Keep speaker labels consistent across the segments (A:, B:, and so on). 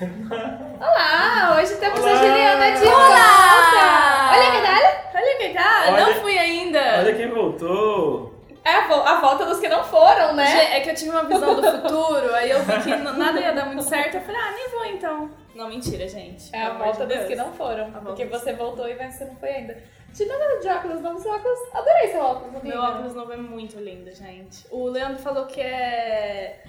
A: Olá, Ah, hoje temos a Juliana de
B: Olá!
A: volta. Olha que tal, olha que tal.
C: Olha-
A: Não fui ainda.
C: Olha quem voltou!
A: É a, vo- a volta dos que não foram,
B: Gente,
A: né?
B: É que eu tive uma visão do futuro, aí eu vi que n- nada ia dar muito certo. Eu falei, ah, nem vou então. Não, mentira, gente.
A: É a
B: Pelo amor
A: volta
B: de
A: dos que
B: Deus.
A: não foram,
B: volta
A: porque
B: dos-
A: você voltou e você não foi ainda. De novo de óculos, vamos óculos. Adorei seu óculos, amiga.
B: Meu óculos novo é muito lindo, gente. O Leandro falou que é.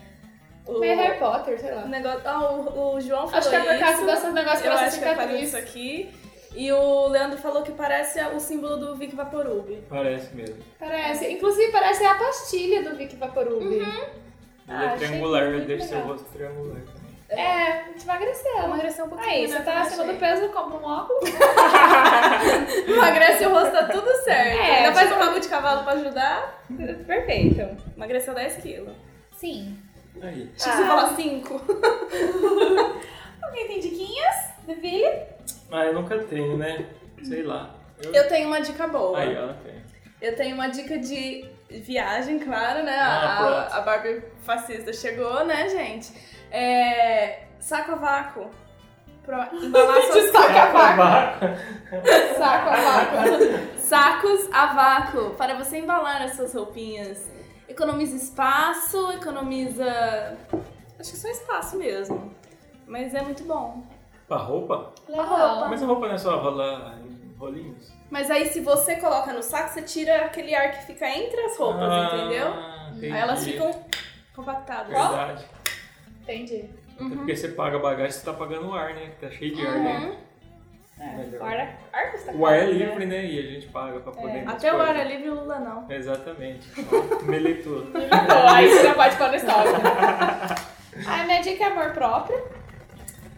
B: O
A: Meio Harry Potter, sei lá.
B: o negócio. Ah, o, o João falou
A: Acho que é por causa
B: isso.
A: dessas negócios
B: Eu
A: pra essa
B: acho que é por causa
A: cicatriz.
B: disso aqui. E o Leandro falou que parece o símbolo do Vic Vaporub.
C: Parece mesmo.
A: Parece. Inclusive, parece a pastilha do Vic Vaporub.
B: Uhum.
C: Ele
A: Ah,
C: é
A: achei
C: triangular,
A: muito
C: deixa seu
A: legal.
C: rosto triangular.
A: É, a gente emagreceu.
B: Emagreceu um pouquinho,
A: Aí,
B: né,
A: você
B: também
A: tá acima
B: achei.
A: do peso, compra um óculos.
B: Emagrece o rosto, tá tudo certo.
A: É,
B: Ainda faz
A: tipo-
B: um rabo de cavalo pra ajudar.
A: Perfeito. Ah.
B: Emagreceu 10 quilos.
A: Sim.
C: Aí.
B: Acho que você fala 5.
A: Alguém tem diquinhas do Billy?
C: Ah, eu nunca tenho, né? Sei lá. Eu...
B: Eu tenho uma dica boa.
C: Aí, ela tem.
B: Eu tenho uma dica de viagem, claro, né?
C: Ah,
B: A-
C: pronto.
B: a, a Barbie fascista chegou, né, gente? É, saco a vácuo. Pra embalar suas
A: Saca a vaca.
C: Vaca.
A: Saco a vaca.
B: sacos a vácuo para você embalar as suas roupinhas. Economiza espaço, economiza. Acho que só espaço mesmo. Mas é muito bom.
C: Pra roupa?
A: Legal.
C: Mas a roupa não é só lá em rolinhos?
B: Mas aí se você coloca no saco, você tira aquele ar que fica entre as roupas,
C: Ah,
B: entendeu?
C: entendi.
B: Aí elas ficam compactadas.
C: Verdade.
A: Entendi.
B: Uhum.
C: Até porque você paga bagagem, você tá pagando o ar, né? Tá cheio de ar, né?
B: Uhum.
A: É.
C: Melhor.
A: O ar, ar
B: tá
A: custa
C: O ar é
A: caro, né?
C: livre, né? E a gente paga pra poder. ir nas
B: Até o ar
C: coisas.
B: é livre, o Lula não.
C: Exatamente. Meletou.
A: Então, aí você já pode pôr no histórico. A minha dica é amor próprio.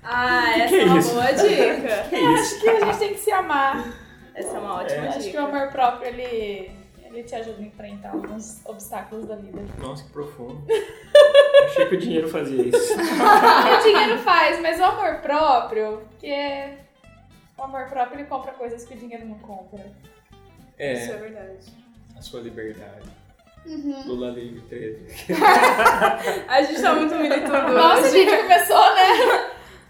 B: Ah, essa
C: que
B: é
C: é
B: uma
C: isso?
B: boa dica.
C: que
A: Eu
C: É isso?
A: acho que a gente tem que se amar.
B: Essa é uma ótima
C: É.
B: dica.
A: Acho que o amor próprio, ele, ele te ajuda a enfrentar alguns obstáculos da vida.
C: Nossa, que profundo. Achei que o dinheiro fazia isso.
A: o dinheiro faz, mas o amor próprio, que é... O amor próprio, ele compra coisas que o dinheiro não compra.
B: Isso é
C: É,
B: verdade.
C: a sua liberdade.
B: Uhum.
C: Lula livre 13.
B: A gente tá muito militando
A: Nossa, a
B: hoje.
A: gente começou, né?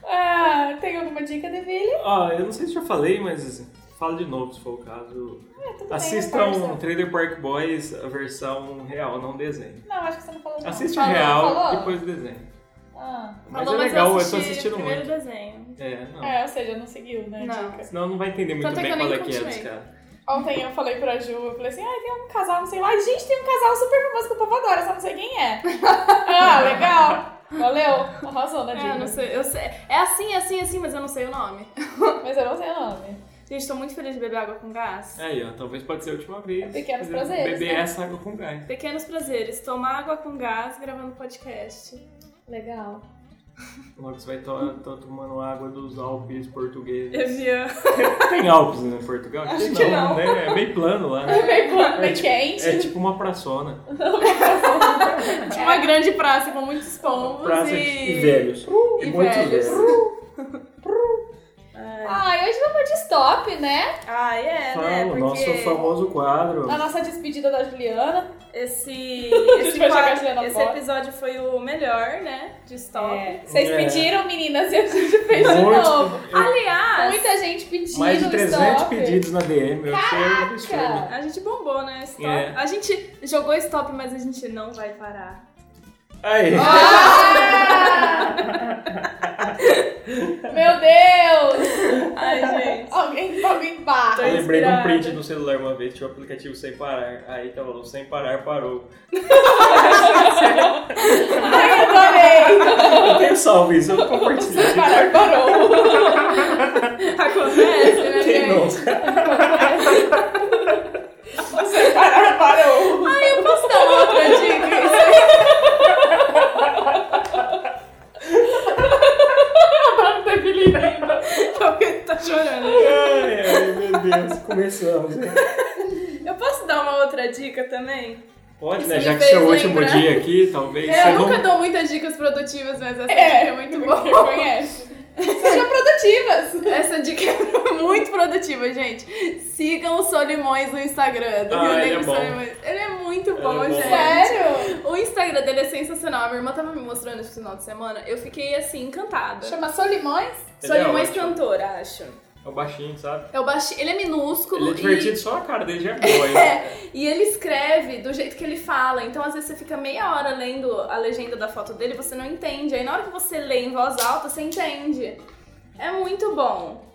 A: Ah, tem alguma dica, Deville?
C: Ah, eu não sei se já falei, mas fala de novo se for o caso.
A: é Tudo bem,
C: Assistam
A: conversa.
C: Trailer Park Boys, a versão real, não desenho.
A: Não, acho que você não falou não.
C: Assiste o
A: Falou,
C: real,
A: falou?
C: depois desenho.
A: Ah.
C: Mas
B: Falou,
C: é legal,
B: eu
C: eu tô
B: assisti
C: assistindo
B: primeiro
C: muito.
B: desenho.
C: É, não.
A: É, ou seja, não seguiu, né? a
B: Não.
A: dica.
C: Senão não vai entender muito
B: Tanto é
C: bem
B: que eu
C: qual é
B: nem
C: que é dos
B: continuei.
C: caras.
A: Ontem eu falei pra Ju, eu falei assim, ai, tem um casal, não sei lá. Ai, Gente, tem um casal super famoso que o povo adora, só não sei quem é. ah, legal. Valeu. Arrasou né, na dica.
B: É, eu não sei, eu sei. É assim, é assim, é assim, mas eu não sei o nome.
A: Mas eu não sei o nome.
B: Gente, tô muito feliz de beber água com gás.
C: Aí, ó, É, talvez pode ser a última vez.
A: Pequenos
C: Fazer-
A: prazeres,
C: Beber
A: né?
C: essa água com gás.
B: Pequenos prazeres, tomar água com gás gravando podcast.
A: Legal.
C: Logo você vai estar tomando água dos Alpes portugueses.
B: Evian.
C: Tem Alpes né, em Portugal?
B: Acho que não.
C: né? É meio plano lá, né?
A: Bem bom, bem
C: tipo-
A: quente.
C: É tipo uma praçona.
B: Tinha uma grande praça com muitos pombos
C: Praça
B: e...
C: e velhos.
B: e
C: e muitos
B: velhos.
C: velhos.
A: Ai, hoje vamos de stop, né?
B: Ah, é, né?
C: Fala,
B: Porque
C: o nosso famoso quadro.
A: A nossa despedida da Juliana.
B: esse,
A: gente
B: esse,
A: vai
B: quadro-
A: jogar tirando
B: esse
A: fora.
B: episódio foi o melhor, né? De stop.
A: É, Vocês
C: É.
A: pediram, meninas, e a gente fez de
C: Muito-
A: novo.
B: Aliás,
A: Muita gente pedindo
C: Mais de 300
A: stop.
C: pedidos na DM. Eu achei um absurdo.
B: a gente bombou, né? Stop.
C: É.
B: A gente jogou stop, mas a gente não vai parar.
C: Aí.
A: Ah! Meu Deus!
B: Ai, gente.
A: Alguém tá me embaixo.
C: eu lembrei de um
B: inspirada.
C: print no celular uma vez, tinha o aplicativo sem parar. Aí tava lá, o sem parar parou.
A: Ai, adorei!
C: Eu tenho salvo isso, eu compartilhei.
A: Parar, parou.
B: Acontece, né,
C: Quem
B: gente?
C: não?
A: Você parar, parou.
B: Ai, eu posso dar uma outra dica?
A: chorando.
C: Ai, ai, meu Deus, começamos. né?
D: Eu posso dar uma outra dica também?
C: Pode,
D: Isso
C: né?
D: me
C: Já que esse é o
D: fez
C: último
D: lembrar.
C: dia aqui, talvez
B: É,
C: você
B: eu nunca
C: não.
B: dou muitas dicas produtivas, mas essa dica é muito
A: Quem
B: boa.
A: conhece. Sejam produtivas.
B: Essa dica é muito produtiva, gente. Sigam o Solimões no Instagram. do
C: Ah,
B: Rio
C: ele
B: Negro
C: é bom.
B: Solimões. Ele é muito bom,
C: é bom.
B: gente.
A: Sério?
B: O Instagram dele é sensacional. A minha irmã tava me mostrando esse final de semana. Eu fiquei assim, encantada.
A: Chama Solimões?
C: Ele é
B: Solimões
C: ótimo.
B: cantor, acho.
C: É o baixinho, sabe?
B: Eu baixei. Ele é minúsculo
C: Ele é
B: e.
C: divertido, só a cara dele já é boa. hein?
B: E ele escreve do jeito que ele fala, então às vezes você fica meia hora lendo a legenda da foto dele, você não entende. Aí na hora que você lê em voz alta, você entende. É muito bom.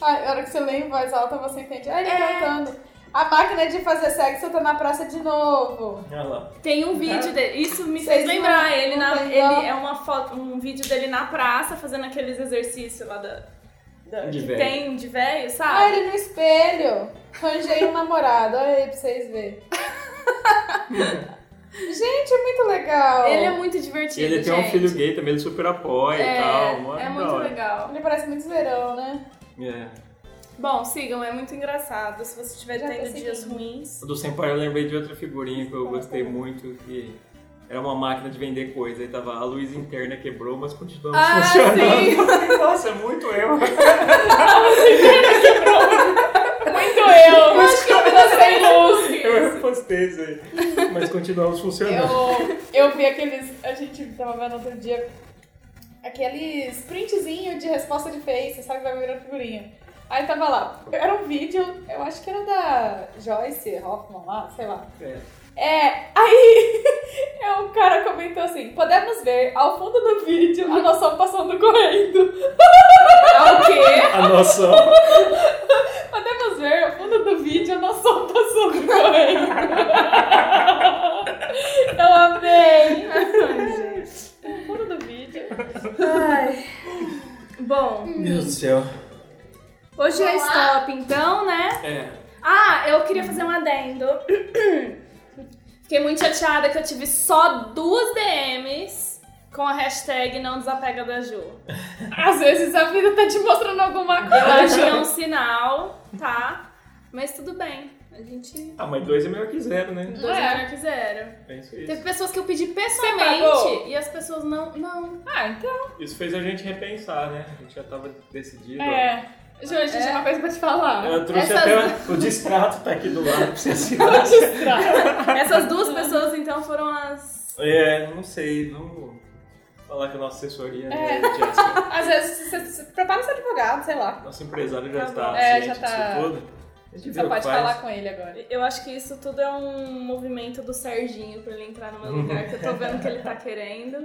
A: Ai, a hora que você lê em voz alta, você entende. Ai, ele tá
B: É.
A: cantando. A máquina de fazer sexo tá na praça de novo.
C: Olha lá.
B: Tem um vídeo dele, isso me
A: Vocês
B: fez lembrar
A: não-
B: ele na
A: não tem dó?
B: ele é uma foto, um vídeo dele na praça fazendo aqueles exercícios lá da, da-
C: De
B: que
C: velho.
B: tem de velho,
A: Ah,
B: sabe?
A: ele no espelho. Arranjei um namorado. Olha aí pra vocês verem. Gente, é muito legal.
B: ele é muito divertido,
C: Ele tem um
B: gente.
C: filho gay também, ele super apoia
B: é,
C: e tal. mó
B: é
C: da
B: muito
C: hora.
B: legal.
A: Ele parece muito verão, né?
C: É.
B: Bom, sigam, é muito engraçado. Se você estiver
A: Já tô
B: tendo dias
A: seguindo.
B: ruins,
C: O do Senpai eu lembrei de outra figurinha que eu gostei muito, que era uma máquina de vender coisa. Aí tava a luz interna quebrou, mas continuamos
B: Ah,
C: funcionando. Nossa, é muito eu.
A: Muito eu. Acho que eu dancei luz.
C: Eu postei isso aí. Mas continuamos funcionando.
A: Eu, eu vi aqueles. A gente tava vendo outro dia aqueles printzinho de resposta de Face, sabe? Vai virando figurinha. Aí tava lá, era um vídeo, eu acho que era da Joyce Hoffman lá, sei lá.
C: É.
A: É, aí é um cara comentou assim: podemos ver ao fundo do vídeo a noção passando correndo.
B: É o quê?
C: A noção.
A: Podemos ver ao fundo do vídeo a noção passando correndo. Eu amei! Ao fundo do vídeo.
B: Ai. Bom,
C: Meu Deus do céu.
B: hoje é
D: Vamos lá?
B: stop, então, né?
C: É.
B: Ah, eu queria fazer um adendo. Fiquei muito chateada que eu tive só duas DMs com a hashtag não desapega da Ju.
A: Às vezes a vida tá te mostrando alguma
B: Ela
A: coisa.
B: tinha um sinal, tá? Mas tudo bem. A gente.
C: Ah, mas dois é melhor que zero, né?
B: Dois
A: É.
B: é melhor que zero.
C: É isso
B: Teve
C: isso.
B: pessoas que eu pedi
A: pagou?
B: pessoalmente e as pessoas não. Não.
A: Ah, então.
C: Isso fez a gente repensar, né? A gente já tava decidido.
A: É. Ju, a gente tem uma coisa pra te falar.
C: Eu trouxe
B: Essas-
C: até o distrato tá aqui do lado pra você assinar.
B: Essas duas pessoas então foram as.
C: É, não sei, vamos falar com a nossa assessoria, né?
A: É.
C: Jéssica?
A: Às vezes você, você prepara seu advogado, sei lá.
C: Nosso empresário já
B: Tá
C: está
B: bom.
A: É,
C: ciente
A: já tá-
C: disso tudo. A gente vê
A: Só
C: o que
A: pode
C: faz.
A: falar com ele agora.
B: Eu acho que isso tudo é um movimento do Serginho pra ele entrar no meu lugar, que eu tô vendo que ele tá querendo.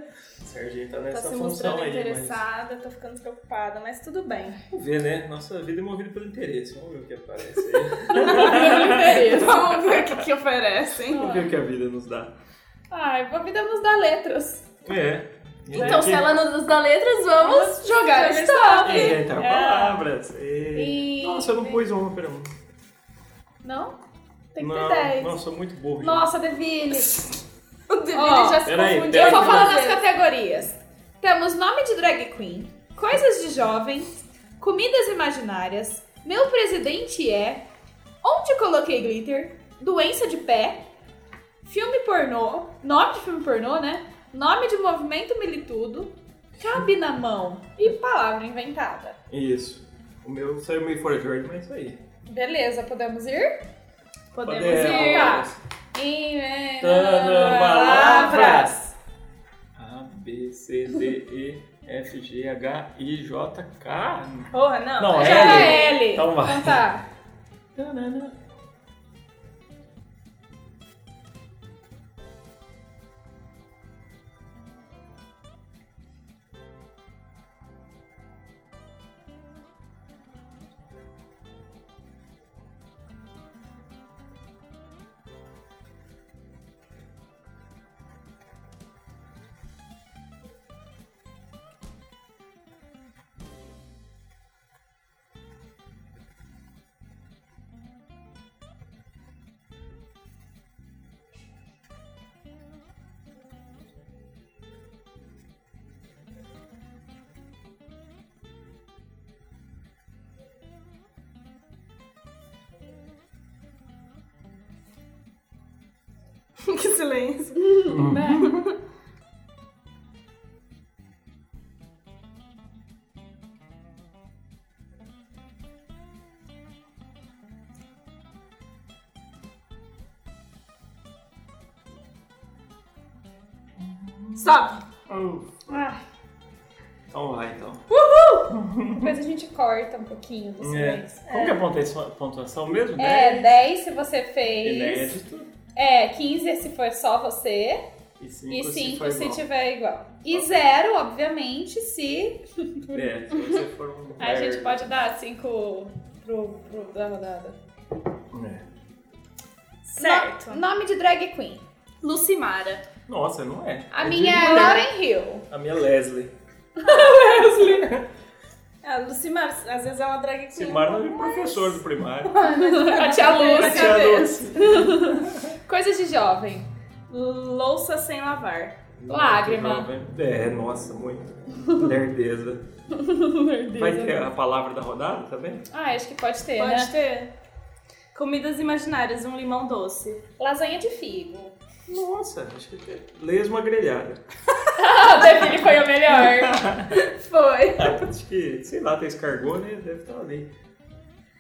C: O Serginho tá
B: Tá
C: nessa
B: se
C: função
B: mostrando
C: aí,
B: interessada, tô ficando preocupada, mas tudo bem.
C: mas vamos ver, né? Nossa vida é movida pelo interesse. Vamos ver o que aparece aí.
B: Vamos ver o que, que oferecem.
C: vamos ver o que a vida nos dá.
A: Ai, a vida nos dá letras.
C: É. E
B: Então,
C: daqui-
B: se ela não nos dá letras, vamos jogar
A: Jogar
B: stop.
C: Eita,
A: É.
C: tá, palavras! E...
A: E-
C: Nossa, eu não pus uma pra um.
A: Não? Tem que
C: não,
A: ter 10.
C: Não, eu sou muito burro. gente.
A: Nossa, Deville.
B: O Devine
A: Ó,
B: já se
C: peraí,
B: confundiu.
C: peraí.
A: Eu vou
C: que
A: falar nas categorias. Temos nome de drag queen, coisas de jovens, comidas imaginárias, meu presidente é, onde coloquei glitter, doença de pé, filme pornô, nome de filme pornô, né? Nome de movimento militudo, cabe na mão e palavra inventada.
C: Isso. O meu saiu meio fora de ordem, mas é isso aí.
A: Beleza, podemos ir?
B: Podemos
C: Poder-
B: ir.
C: Tana,
A: Palavras.
C: A, B, C, D, E, F, G, H, I, J, K.
A: Então
B: Porra, não.
C: Não,
A: Já é L.
C: Então vai.
A: Então tá.
C: Tanana.
B: que silêncio.
A: Stop!
C: Então vai, então.
A: Depois a gente corta um pouquinho do
C: É.
A: silêncio.
C: Como que é a pontua- pontuação mesmo?
A: É,
C: 10?
A: 10 se você fez.
C: Inédito.
A: É, 15 se for só você.
C: E 5
A: E
C: se
A: 5
C: for
A: se
C: igual.
A: tiver igual. E 0, obviamente, se.
C: É, se você for um
A: A gente
C: nerd.
A: pode dar 5 pro, pro, da rodada.
C: É.
A: Certo. nome de drag queen.
B: Lucimara.
C: Nossa, não é.
A: A
C: É de
A: minha é
C: mulher.
A: Lauren Hill.
C: A minha é Leslie.
B: Ah, Lucimara, às vezes é uma drag queen.
C: Se mara não é professor do primário.
A: A tia
C: A
A: Lúcia.
C: tia Lúcia.
A: Coisas de jovem.
B: Louça sem lavar.
A: Lágrima.
C: É, nossa, muito. Nerdeza. Vai ter a palavra da rodada também?
A: Ah, acho que pode ter,
B: Pode
A: né?
B: ter. Comidas imaginárias, um limão doce.
A: Lasanha de figo.
C: Nossa, acho que tem. Lesma grelhada.
A: Ah, o Devine foi o melhor.
B: Foi.
C: Ah, acho que, sei lá, tem escargot, né? Deve estar ali.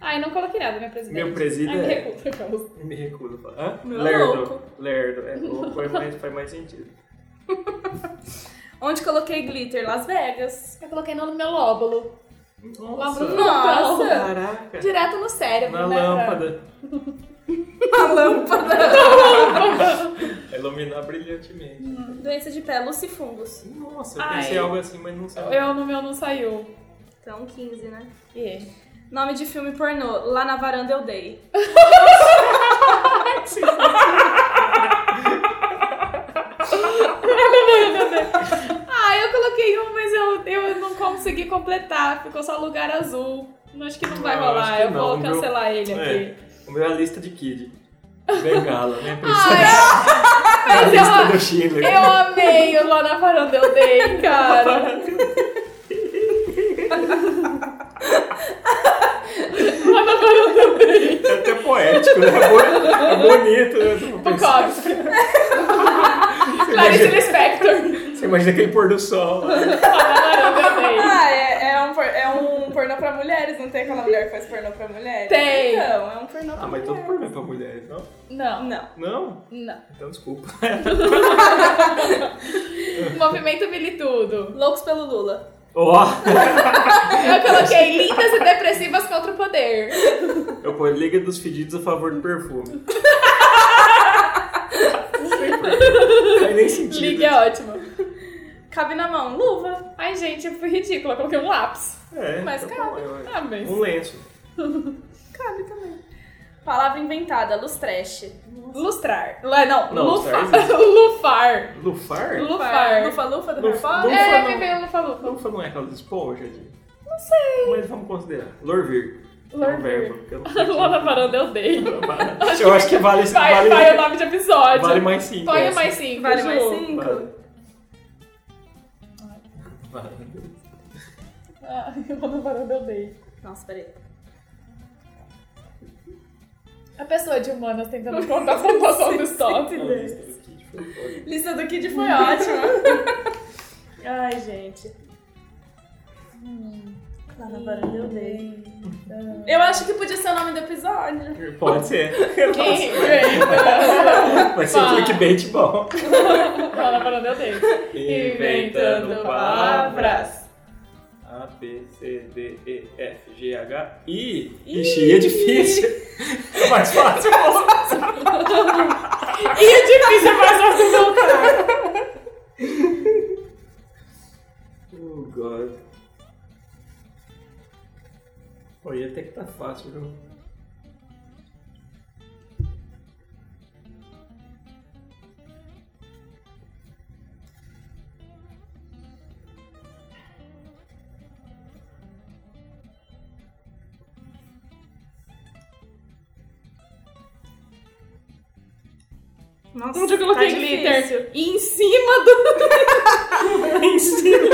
A: Ai, não coloquei nada, minha presidente.
C: Meu presídio
A: Ai, me
C: é.
A: recuso, Carlos.
C: Me recuso. a falar. Hã?
B: Meu
C: Lerdo.
B: louco.
C: Lerdo. É louco, faz mais, faz mais sentido.
B: Onde coloquei glitter? Las Vegas.
A: Eu coloquei no meu lóbulo. Lóbulo
C: Nossa.
A: frontal.
B: Nossa.
C: Caraca.
A: Direto no cérebro,
C: Na
A: né?
C: lâmpada.
B: Uma lâmpada.
C: Vai iluminar brilhantemente.
B: Doença de pé, lucifungos.
C: Nossa, eu
A: Ai.
C: pensei algo assim, mas não
A: Pra-
C: sabe.
A: Eu no meu não saiu.
B: Então, 15, né?
A: E?
B: Nome de filme pornô. Lá na varanda eu dei.
A: Ah, eu coloquei um, mas eu, eu não consegui completar. Ficou só lugar azul. Não acho que não vai
C: Ah, acho
A: rolar.
C: que
A: Eu vou
C: não, viu?
A: cancelar ele
C: É.
A: aqui.
C: O meu é a lista de Kid. Bengala, né?
A: Mas
C: a lista
A: eu,
C: do Schiller.
A: eu amei o lá na varanda eu dei, cara.
C: É até poético, né? É bo- É bonito, né? Tu pensa-
A: Bukowski.
C: Você
A: Clarice
C: imagina,
A: Lispector.
C: você imagina aquele pôr do sol. né?
A: Lá na varanda eu dei.
B: Ah, é, é, um, por- é um pornô pra mulheres. Não tem aquela mulher que faz pornô pra mulheres?
A: Tem.
B: Então, é um pornô pra
C: Ah, mas todo
B: mulheres.
C: problema é pra mulheres, não?
A: Não,
B: Não.
C: Não?
A: não.
C: Então desculpa.
A: Movimento Militudo.
B: Loucos pelo Lula.
C: Ó,
A: Eu coloquei lindas e depressivas contra o poder.
C: eu pôr Liga dos Fedidos a favor do perfume. Não faz nem sentido.
A: Liga é ótimo.
B: Cabe na mão. Luva.
A: Ai, gente, eu fui ridícula. Eu coloquei um lápis.
C: É,
A: Mas
C: tá
A: cabe.
C: bom, é, é.
A: Ah, mas...
C: Um lenço.
B: Cabe também. Palavra inventada. Lustreste.
A: Lustrar. Lá, não,
C: Não,
A: lufar.
C: lustrar
A: lufar.
C: Lufar?
A: Lu- Lufar.
B: Lufa. Lufa, lufa do
C: Lufa-
B: Rafa?
C: lufa.
A: é,
C: não.
A: me veio lufa lufa.
C: Lufa não é aquela de esponja, gente? Não sei. Mas vamos considerar. Lorvir. É um
A: Lorvir.
C: verbo. porque eu não sei
A: Lá na
C: dizer.
A: varanda eu dei.
C: Eu acho que vale,
A: Vai,
C: vale,
A: vai o nome de episódio.
C: vale mais cinco. é assim.
A: Põe
C: essa.
A: mais cinco,
B: Vale
A: Ju.
B: mais cinco?
C: Vale. Vale.
A: Ah, lá na varanda eu dei.
B: Nossa, peraí.
A: A pessoa de humanas tentando contar a pontuação do stop.
C: A lista do Kid foi foda.
B: Lista do Kid foi ótima. Ai, gente. Lá na varanda eu dei. Eu acho que podia ser o nome do episódio.
C: Pode ser.
A: Quem inventa?
C: Vai ser um
A: Pá.
C: clickbait bom.
A: Lá na varanda eu dei. Inventando
B: Ah,
A: palavras.
C: A, B, C, D, E, F, G, H, I. Ixi, é difícil. É mais fácil.
A: E é difícil é mais fácil voltar.
C: Oh, God. Pô, ia até que tá fácil, viu?
B: Nossa,
A: Onde eu coloquei
B: tá difícil.
A: glitter? E em cima do...
C: Em cima.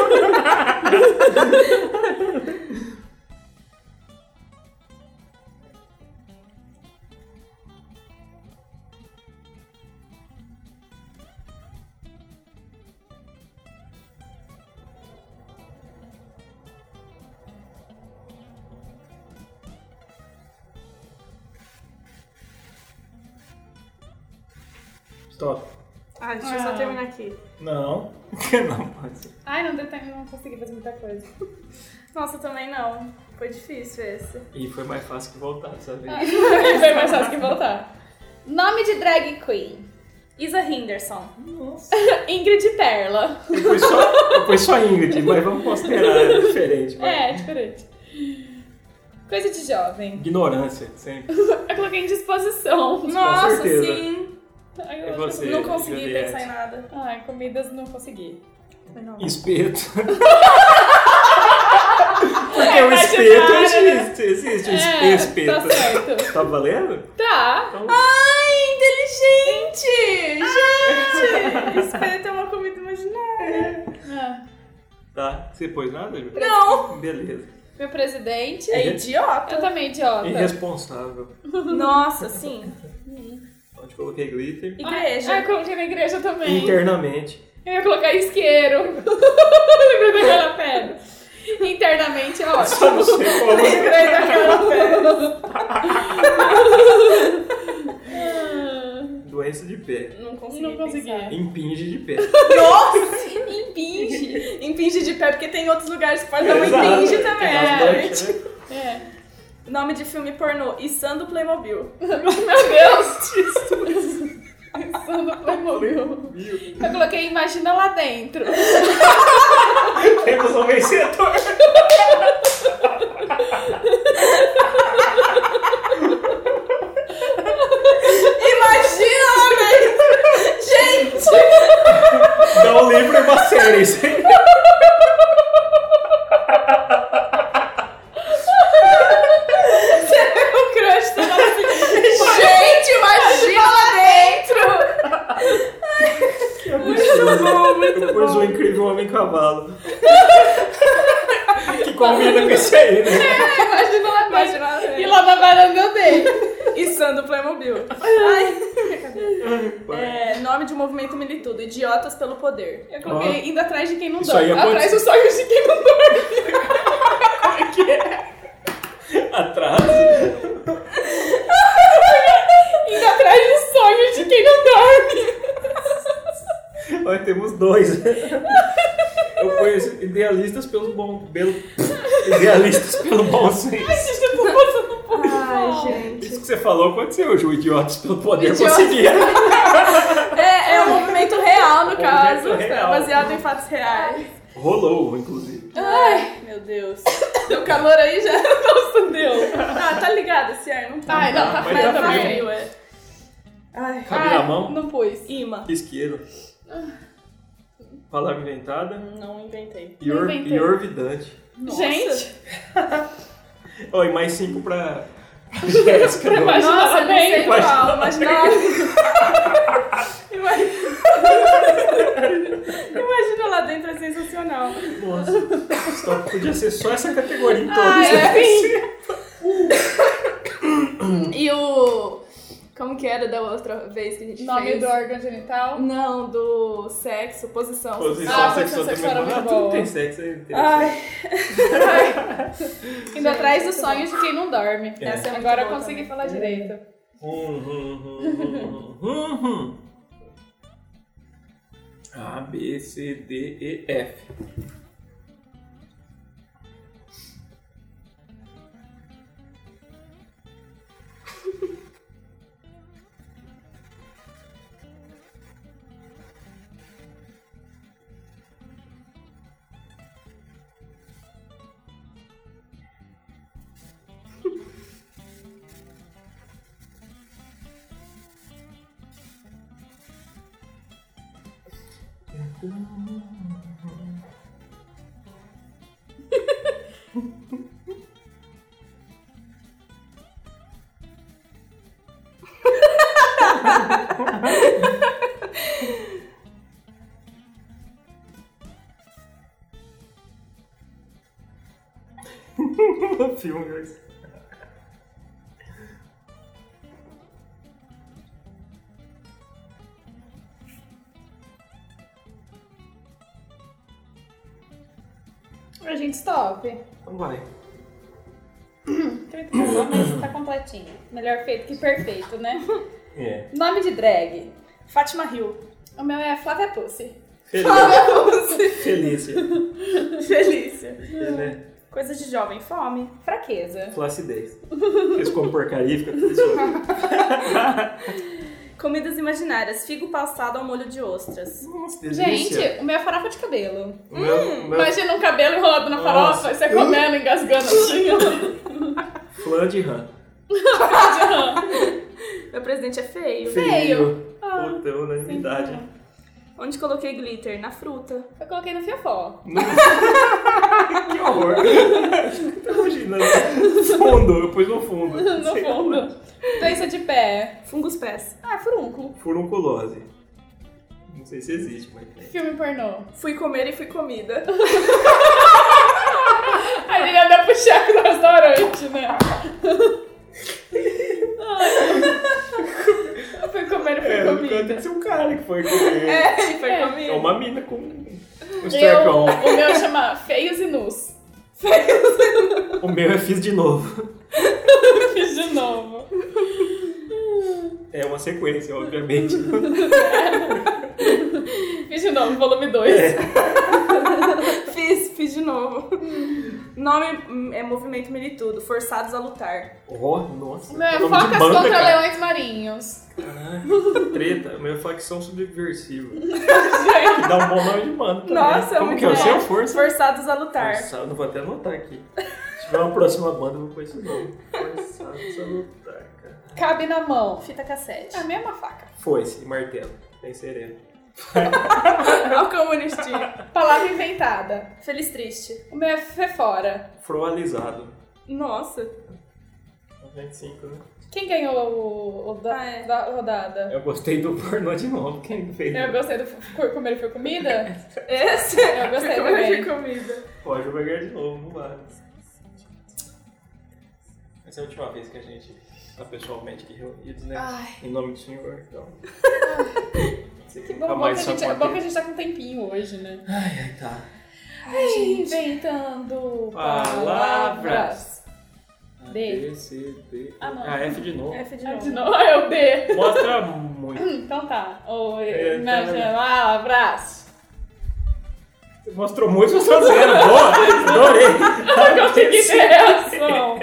C: Stop.
E: Ah, deixa eu
A: Ah.
E: só terminar aqui.
C: Não. não pode ser.
B: Ai, não deu tempo, não consegui fazer muita coisa. Nossa, também não. Foi difícil esse.
C: E foi mais fácil que voltar dessa vez.
B: Foi mais fácil que voltar.
A: Nome de drag queen.
B: Isa Henderson.
C: Nossa.
B: Ingrid Perla.
C: Eu fui só, eu fui só Ingrid, mas vamos considerar é diferente. vai.
B: É, diferente.
A: Coisa de jovem.
C: Ignorância, sempre.
B: Eu coloquei em disposição.
C: Nossa, certeza.
B: sim. Ai, eu
C: É
B: acho-
C: você,
B: não consegui
C: Juliette.
B: pensar em nada. Ai, comidas não consegui.
C: Espeto.
B: É,
C: Porque o espeto existe. Existe o espe- espeto.
B: né? Tá certo.
C: Tá valendo?
B: Tá.
C: Então-
B: Ai, inteligente! Gente! Espeto é uma comida imaginária.
A: Ah.
C: Tá. Você pôs nada, Ju?
B: Não!
C: Beleza.
A: Meu presidente.
B: É idiota.
A: Eu também,
C: Tá
A: idiota.
C: Irresponsável.
B: Nossa, sim.
C: Onde coloquei glitter.
B: Igreja.
A: Ah, eu coloquei na igreja também.
C: Internamente.
A: Eu ia colocar isqueiro. Lembrei daquela pedra. Internamente é ótimo.
C: Só não sei como.
B: Lembrei daquela pedra.
C: Doença de pé.
B: Não consegui.
A: Não consegui.
B: pensar.
C: Impinge de pé.
B: Impinge. Impinge de pé, porque tem outros lugares que pode dar um
C: Exato.
B: impinge
C: Tem
B: também.
C: as
B: É,
C: duchas,
B: gente.
C: né?
A: É.
B: Nome de filme pornô. E Sando Playmobil.
A: Meu Deus! Pensando Playmobil.
C: Viu?
A: Eu coloquei Imagina lá dentro.
C: Temos um vencedor.
B: Imagina lá dentro! Gente!
C: Dá um livro e uma série. isso aí.
B: Você é o crush do nosso- Gente, imagina lá dentro!
C: É muito bom, muito Depois o incrível homem cavalo. que combina com esse aí, né?
B: Imagina lá dentro.
A: E lá na varanda eu dei.
B: E Sando Playmobil.
C: Vai.
B: É, nome de movimento militudo. Idiotas pelo poder.
A: Eu coloquei indo atrás de quem não
C: Isso
A: dorme.
C: aí é bom
A: atrás
C: de-
A: dos sonhos de quem não dorme.
C: Atrás.
A: Indo atrás dos sonhos de quem não dorme.
C: Nós temos dois. Eu conheço idealistas pelo bom. Pelo, idealistas pelo bom senso.
A: Gente, eu tô passando por
B: Ai,
A: mal.
B: gente.
C: Isso que você falou aconteceu, Ju. Idiotas pelo poder conseguiram.
B: É, é um movimento real, no caso. né,
C: real.
B: Baseado em fatos reais.
C: Rolou, inclusive.
B: Ai, meu Deus. Deu calor aí já? Nossa, deu. Ah, tá ligado esse ar, não tá.
A: Ai, não, tá
C: Mas tá
A: frio também.
B: frio, é. Ai.
C: Cabe na mão.
A: Não pus.
B: Ima.
C: Isqueiro. Palavra inventada.
B: Não inventei.
C: E or-
A: Inventei.
C: e orvidante.
A: Gente,
C: Ó, e mais cinco pra pra Jéssica. não.
A: imagina tá
B: Nossa,
A: lá
B: não sei
A: dentro.
C: Imagina-
B: qual. Imagina lá Imagina lá dentro, é sensacional.
C: Nossa, só Então, podia ser só essa categoria em todos. né?
B: E o. Como que era da outra vez que a gente
A: Nome
B: fez?
A: do órgão genital.
B: Não, do sexo, posição.
C: Posição
A: Ah, posição
C: sexual também.
A: sexual era
C: Ah,
A: muito
C: tudo
A: boa.
C: tem sexo, é interessante.
B: Ai,
A: Indo atrás dos sonhos de quem não dorme.
C: É.
A: Essa é
B: muito
A: Agora eu
B: boa
A: consegui
B: também.
A: falar direito.
C: Hum, hum, hum, hum, hum, hum. A, B, C, D, E, F. Filme, mas...
A: A gente stop.
C: Então vai.
A: Acredito que não, mas tá completinho. Melhor feito que perfeito, né?
C: É.
A: Nome de drag.
B: Fátima Hill.
A: O meu é Flávia Pussy.
C: Felícia. Felícia.
B: Felícia.
C: Né?
B: Coisa de jovem. Fome.
A: Fraqueza.
C: Flacidez. Eles comem porcaria e fica tudo isso.
B: Comidas imaginárias. Figo passado ao molho de ostras.
C: Nossa,
A: Gente,
C: delícia.
A: o meu é farofa de cabelo.
C: O meu, o meu
A: Imagina um cabelo enrolado na farofa,
C: Nossa.
A: você comendo, engasgando assim. ó.
C: flan de rã.
B: Meu presente é feio.
C: Feio. Puta, unanimidade.
B: Onde coloquei glitter? Na fruta.
A: Eu coloquei no fiofó.
C: Que horror. Tô imaginando. Fundo, eu pus no fundo.
A: No fundo. Doença de pé.
B: Fungos pés.
A: Ah, furúnculo.
C: Furunculose. Não sei se existe, mas tem.
A: Filme pornô.
B: Fui comer e fui comida.
A: A gente anda pro chefe do restaurante, né? Ai. Eu fui comer, eu fui
C: É, não
A: comida.
C: tem que ser um cara que foi comer. É,
B: E foi
A: É.
B: comida.
C: uma mina com um
A: Eu,
C: estrecão.
A: o meu chama Feios e Nus.
C: O meu eu fiz de novo.
A: Fiz de novo.
C: É uma sequência, obviamente.
A: Fiz de novo, volume 2.
C: É.
B: Fiz, fiz de novo. Nome hum, é Movimento Militudo, Forçados a Lutar.
C: Oh, nossa.
A: Meu é
C: nome de
A: Focas
C: banda,
A: contra
C: cara.
A: Leões Marinhos.
C: Caraca, treta. O meu é facção subversiva. que dá um bom nome de banda também.
B: Nossa,
C: Como
B: muito
C: que é? O
B: bom.
C: seu força?
B: Forçados a
A: Tá
B: Lutar.
C: Forçado, eu vou até anotar aqui. Se tiver uma próxima banda, eu vou pôr esse nome. Forçados a lutar, cara.
A: Cabe na mão.
B: Fita cassete.
A: É a mesma faca.
C: Foice e martelo. Tem sereno.
B: Ao comunistinha.
A: Palavra inventada.
B: Feliz Triste.
A: O meu é Fefora.
C: Froalizado.
B: Nossa.
C: 95, né?
A: Quem ganhou o, o da,
B: Ah, é.
A: da rodada?
C: Eu gostei do pornô de novo. Quem fez?
A: Eu gostei do fui comer e foi comida?
B: Esse
A: Eu gostei
B: Fui comer e
A: também.
B: fui comida.
C: Pode jogar de novo, não vale. Essa é a última vez que a gente tá pessoalmente aqui reunidos, né? Em nome do Senhor, então.
A: Que bom,
C: Ah,
A: bom, que a gente, bom que a gente tá com um tempinho hoje, né?
C: Ai, ai, tá.
A: Inventando
C: Palavras.
A: D.
C: C, D.
A: Ah, não.
C: Ah, F de novo.
B: F de
A: Ah,
B: novo.
A: de novo é o D.
C: Mostra muito.
A: Então tá. O
C: É, tá.
A: imagina, palavras.
C: Você Mostrou muito, mostrou zero. Boa! Adorei!
A: Eu consegui ter reação.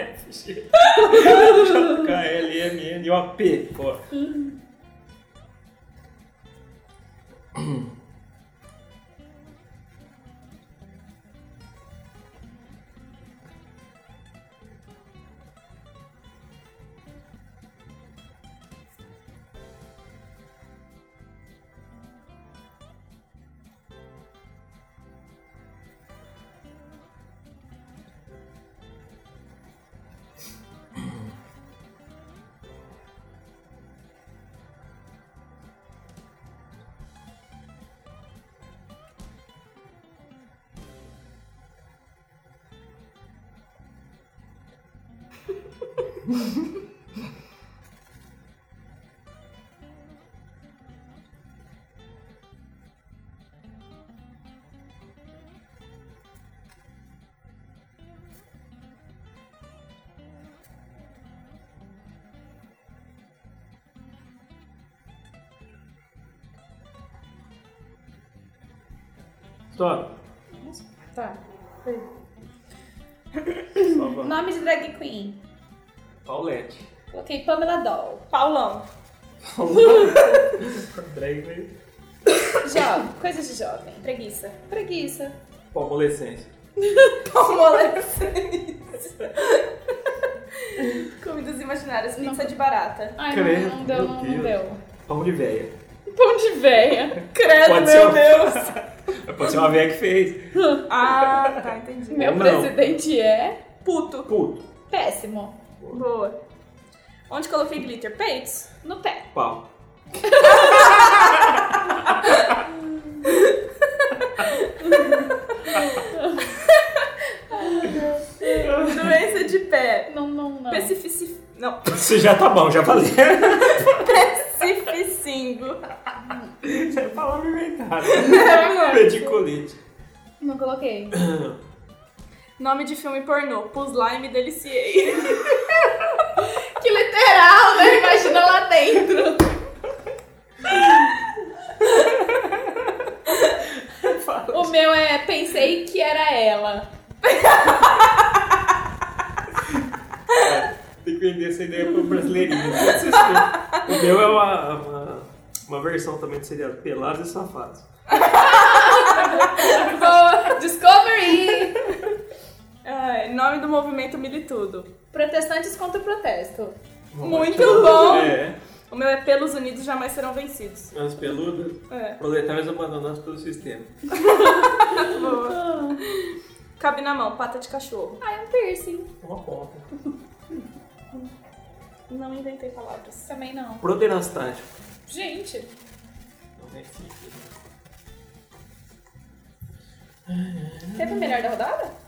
C: K, L, M, N, O, P. Pô. Stop.
A: Tá.
C: Salva.
A: Nome de drag queen.
C: Paulette.
A: Coloquei Pamela Doll.
B: Paulão.
C: Drag veio.
B: Ah.
A: Jovem. Coisas de jovem.
B: Preguiça.
A: Preguiça.
C: Palmolescência.
B: Comidas imaginárias. Pizza de barata.
A: Ai,
C: Credo,
A: não, não deu,
C: meu
A: não,
C: Deus.
A: deu.
C: Pão de véia.
A: Pão de véia.
B: Credo,
C: Pode ser
B: meu
C: um-
B: Deus.
C: É, Pode ser uma véia que fez.
B: Ah, tá, entendi.
A: Meu
C: Ou não.
A: presidente é
B: Puto.
C: Puto.
A: péssimo.
B: Boa. Onde coloquei glitter? Peitos.
A: No pé.
C: Pau.
B: Doença de pé.
A: Não, não, não.
B: Pessifici... Não.
C: Isso já tá bom, já valeu.
B: Pessificingo.
C: Isso é palavra inventada.
B: É,
C: Pediculite.
A: Não coloquei.
B: Nome de filme pornô. Pus lá e me deliciei.
A: Que literal, né? Imagina lá dentro. meu é pensei que era ela.
C: Tem que vender essa ideia pro brasileirinho. né? Vocês têm- O meu é uma, uma, uma versão também do seriado Pelados e Safados.
A: Boa. Discovery!
B: Ai, nome do movimento Militudo.
A: Protestantes contra protesto.
B: Muito bom!
C: É,
B: O meu é Pelos Unidos Jamais Serão Vencidos.
C: as peludas,
B: É.
C: proletários abandonados pelo sistema.
B: Cabe na mão, pata de cachorro.
A: Ah, é um piercing.
C: É Uma ponta.
B: Não inventei palavras.
A: Também não.
C: Proterastático.
A: Gente,
C: Não é simples.
A: teve o melhor da rodada?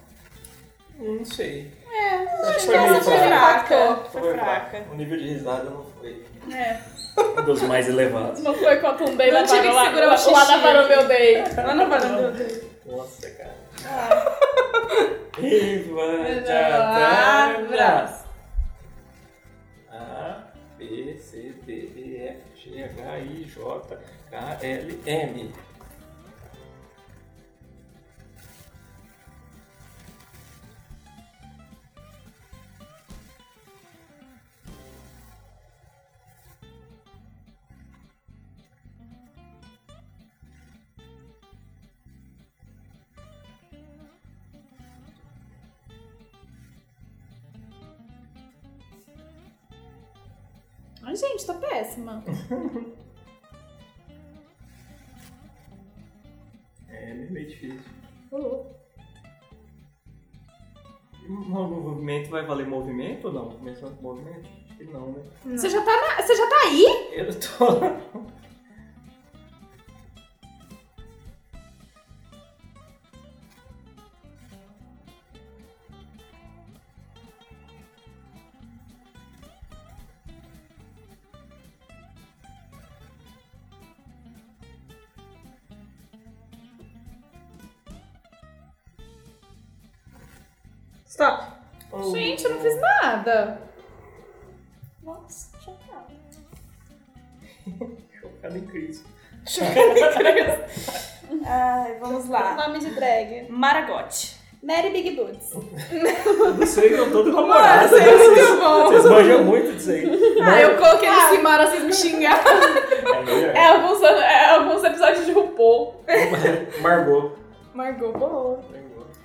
C: Não sei.
A: É,
C: acho que essa foi
B: fraca. Foi
C: Foi
B: fraca.
C: O nível de risada não foi
A: É.
C: um dos mais elevados.
A: Não foi com a Tumbei
B: Não
A: da
B: tive que
A: Parola.
B: segurar o xixi
A: Lá da Parou Meu Day.
B: Lá no varanda.
C: Nossa, cara. Ah.
A: Ah,
C: Viva Jatavras! A, B, C, D, E, F, G, H, I, J, K, L, M.
A: Ai, gente, tô péssima.
C: É meio difícil.
A: Uhul.
C: O movimento vai valer movimento ou não? Começou com movimento? Acho que não, né?
A: Você já, tá na- Você já tá aí?
C: Eu tô.
B: Stop.
A: Gente, eu não fiz nada.
B: Nossa, chocada.
C: Chocado em crise.
B: Ai, vamos lá.
A: Nome de drag.
B: Maragote.
A: Mary Big Boots.
C: Eu não sei, eu tô namorado.
B: Nossa, é muito bom.
C: Vocês manjam muito disso aí.
B: Ah, eu coloquei no
A: Ah.
B: Simara, vocês me xingaram.
A: É alguns, an- é alguns episódios de RuPaul.
C: Margot.
B: Margot, boa.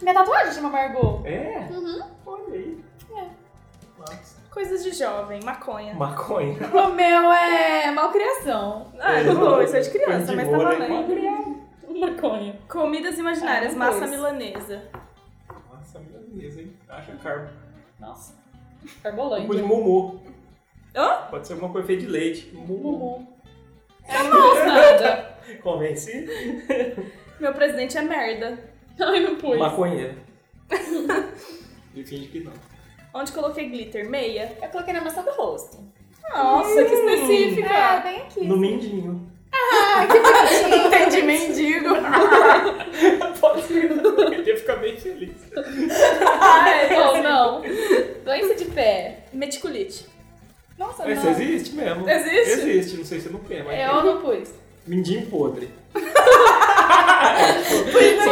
A: Minha tatuagem chama Margot.
C: É?
B: Uhum.
C: Olha aí.
B: É.
C: Nossa.
B: Coisas de jovem, maconha.
C: Maconha.
A: O meu é malcriação.
B: Ah,
C: É,
B: não, isso é de
C: coisa
B: criança,
C: de
B: mas tá
C: boa, né?
B: valendo.
A: Maconha.
B: Comidas imaginárias,
A: Ah,
B: massa
A: pois.
B: milanesa.
C: Nossa, beleza, hein? Acha carbo.
A: Nossa.
C: Depois de
A: Carbolândia.
C: mumu.
B: Hã?
C: Pode ser alguma coisa feita de leite. Mumu.
A: Mumu. Eu não fiz nada.
C: Convence?
B: Meu presidente é merda.
A: Ai, não pus.
C: Maconheiro. Ele finge que não.
B: Onde coloquei glitter? Meia.
A: Eu coloquei na maçã do rosto.
B: Hum. Nossa, que específica.
A: É, tem aqui.
C: No mindinho.
B: Não tem de mendigo.
C: Pode ser. Ele ia ficar bem feliz.
B: Ah, é
A: Ai, ou não. Doença de pé.
B: Meticulite.
A: Nossa,
C: Mas isso
A: não.
C: existe mesmo.
B: Existe? É
C: Existe, não sei se não quer, mas
A: Eu não pus.
C: tem. Mindinho podre.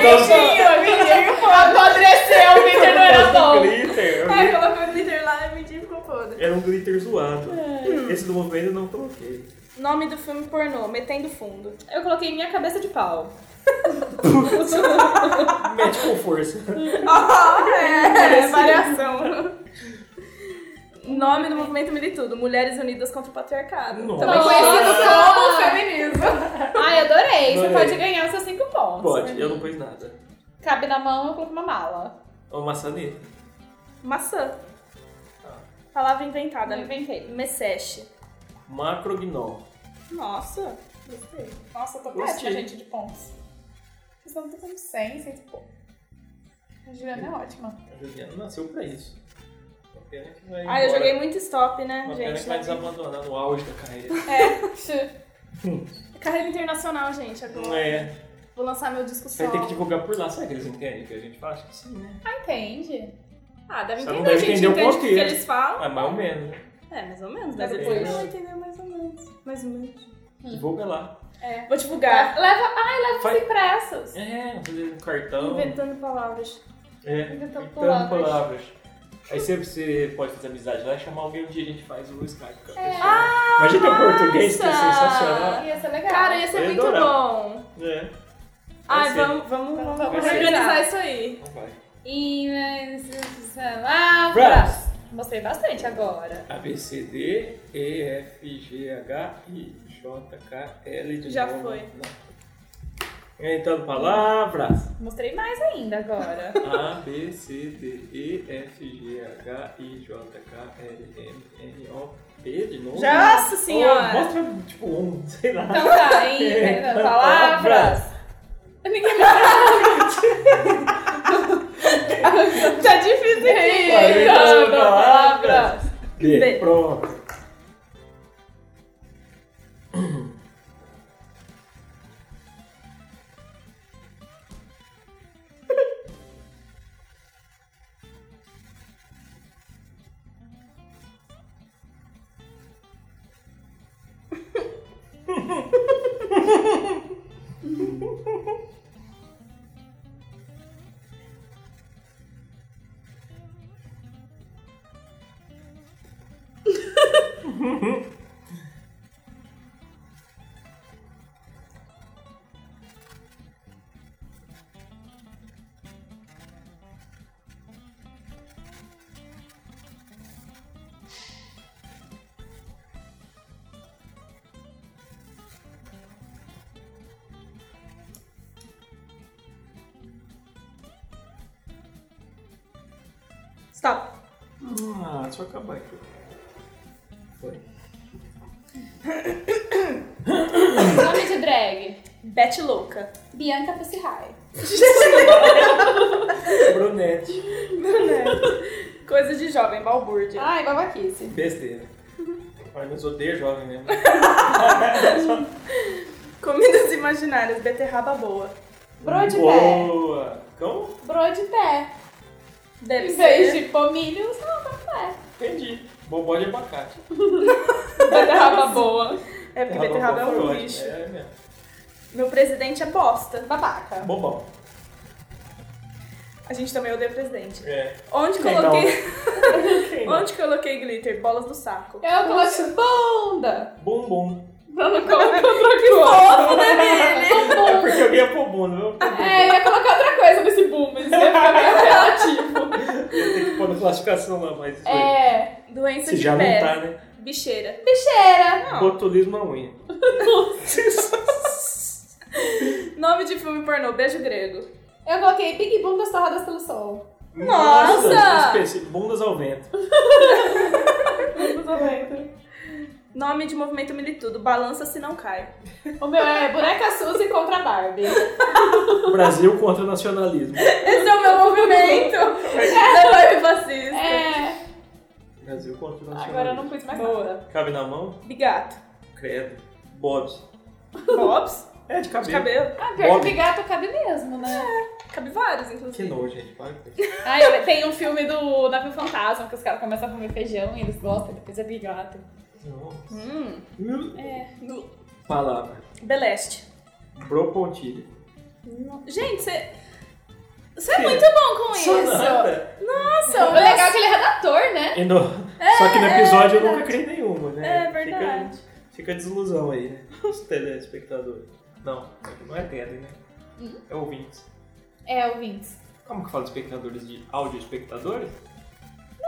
C: tá-
B: é
A: É Apodreceu, o Victor não era
C: Colocou
A: bom.
C: glitter.
B: Ai, colocou glitter lá e mendigo ficou podre.
C: Era um glitter zoado.
B: É.
C: Esse do movimento eu não coloquei.
B: Nome do filme pornô, Metendo Fundo.
A: Eu coloquei minha cabeça de pau.
C: Mete com força.
B: Oh, é, é variação. Nome do movimento Militudo, Mulheres Unidas contra o Patriarcado.
C: Nossa.
B: Também conhecido como feminismo.
A: Ai, adorei. Você
C: Adorei.
A: pode ganhar os seus 5 pontos.
B: né?
C: Pode, eu não pus nada.
A: Cabe na mão, eu coloco uma mala.
C: É uma maçaneta.
B: Maçã.
C: Ah.
B: Palavra inventada.
A: Eu inventei.
B: Messeste.
C: Macrognol.
B: Nossa.
A: Nossa, eu tô
C: Gostei.
A: péssima, gente, de pontos. Vocês estão tentando 100, 100 e pouco. tipo, A Juliana é ótima.
C: A Juliana nasceu pra isso. Uma pena que vai
B: Ah, eu
C: embora.
B: joguei muito stop, né,
C: Uma pena
B: gente?
C: que tá vai desabandonar no auge da carreira.
A: É,
B: Hum. Carreira internacional, gente,
C: Não
B: agora.
C: é.
B: Vou lançar meu disco
C: Você
B: solo.
C: vai ter que divulgar por lá. Será que eles entendem o que a gente faz? Acho que sim, né?
A: Ah, entende.
B: Ah, deve
C: Só não
B: entender,
C: deve
B: gente.
C: entender o
B: entende o que
C: porquê.
B: eles falam.
C: Mas mais ou menos. né?
B: É, mais ou menos.
A: Mas
B: Mas
C: depois-
B: Não, entendeu mais ou menos. Mais ou menos.
C: Divulga lá.
B: É.
F: Vou divulgar.
A: Tá. Leva, ah, ai,
B: Ah,
A: leva
C: Faz-
A: os impressos.
C: É, fazer um cartão.
B: Inventando palavras.
C: É,
B: tá
A: Inventando
C: inventando
A: palavras.
C: palavras. Aí sempre você pode fazer amizade lá e chamar alguém um dia a gente faz o Skype com a pessoa.
B: É. Ah,
C: Imagina o português, que é sensacional.
A: Ia ser legal.
B: Cara, ia
C: Eu
B: ser
C: ia
B: muito
C: adorar.
B: bom.
C: É. Vai
B: Ai,
C: ser.
B: vamos, vamos, vamos,
A: Vamos
C: ser.
B: organizar isso aí.
C: Então vai.
A: E mas, ah,
C: Braço.
A: Mostrei bastante agora.
C: A, B, C, D, E, F, G, H, I, J, K, L de
B: Já
C: novo.
B: foi.
C: Não. Inventando palavras.
A: Mostrei mais ainda agora.
C: A, B, C, D, E, F, G, H, I, J, K, L, M, N, O, P de novo.
B: Nossa
C: Oh,
B: senhora.
C: mostra, tipo, um, sei lá. É,
A: Então tá, aí, inventando palavras.
C: tá,
A: Ninguém mais
B: Tá difícil
C: Vai,
B: aí.
C: inventando
A: palavras.
C: D.
B: D.
C: Pronto.
B: Stop.
C: Ah, deixa eu acabar aqui. Foi.
A: Nome de drag.
B: Bete louca.
A: Bianca Pescirai.
C: Brunete.
B: Coisa de jovem, balbúrdia.
A: Ai, babaquice.
C: Besteira. Mas nos odeia jovem mesmo.
B: Comidas imaginárias, beterraba boa.
A: Bro de pé.
C: Boa. Então,
A: Bro de pé.
B: Deve
A: Em
B: ser.
A: vez de pomilho, usa bro de pé.
C: entendi. Bobó de abacate.
A: Beterraba boa.
B: É porque beterraba é
C: foi
B: um
C: ótimo.
B: lixo.
C: É mesmo.
B: Meu presidente é bosta.
A: Babaca.
C: Bobão.
B: A gente também odeia o presidente.
C: É.
B: Onde
C: Quem
B: coloquei.
C: Quem é? não?
B: Onde coloquei glitter? Bolas do saco.
A: Eu coloquei bunda.
C: Bumbum.
A: Não, não coloquei outra coisa.
C: É porque eu ia pro bunda. Eu
A: É, eu ia colocar outra coisa nesse boom, mas isso ia ficar meio relativo.
C: ia ter que pôr na classificação lá, mas.
A: É,
B: Doença
C: Se
B: de
C: já não
B: pele.
C: tá, né?
B: Bicheira.
A: bicheira.
C: Botulismo é à unha.
B: Nome de filme pornô, beijo grego.
A: Eu coloquei Big Bundas Torradas pelo Sol.
B: Nossa!
C: específico. Bundas ao vento.
B: Nome de movimento militudo, balança se não cai.
A: O meu é Boneca Suzy contra Barbie.
C: Brasil contra nacionalismo.
B: Esse é o meu movimento! da vibe fascista.
A: É,
C: Brasil contra nacionalismo.
A: agora eu não pus mais nada.
C: Cabe na mão?
B: Bigato.
C: Credo. Bobs.
B: Bobs?
C: É, de
B: De
C: cabelo.
B: cabelo.
A: Ah, pior
C: Bob.
A: que bigato cabe mesmo, né?
B: Cabe vários,
C: Que
B: inclusive.
C: nojo, gente. Para com isso.
A: Ai, olha, tem um filme do Navio Fantasma que os caras começam a comer feijão e eles gostam, depois é bigato.
C: Nossa.
B: Hum.
C: É. Palavra.
B: Beleste.
C: Bropontilha.
B: Gente, você. Você é muito bom com isso.
C: Sonata.
A: Nossa, o legal é que ele é redator, né?
C: E no- Só que no episódio eu nunca criei nenhuma, né?
B: É verdade.
C: Fica, fica a desilusão aí, né? Os telespectadores. Não, é que não é tele, né?
B: Hum.
C: É ouvintes.
A: É, ouvintes.
C: Como que fala espectadores de áudio espectadores?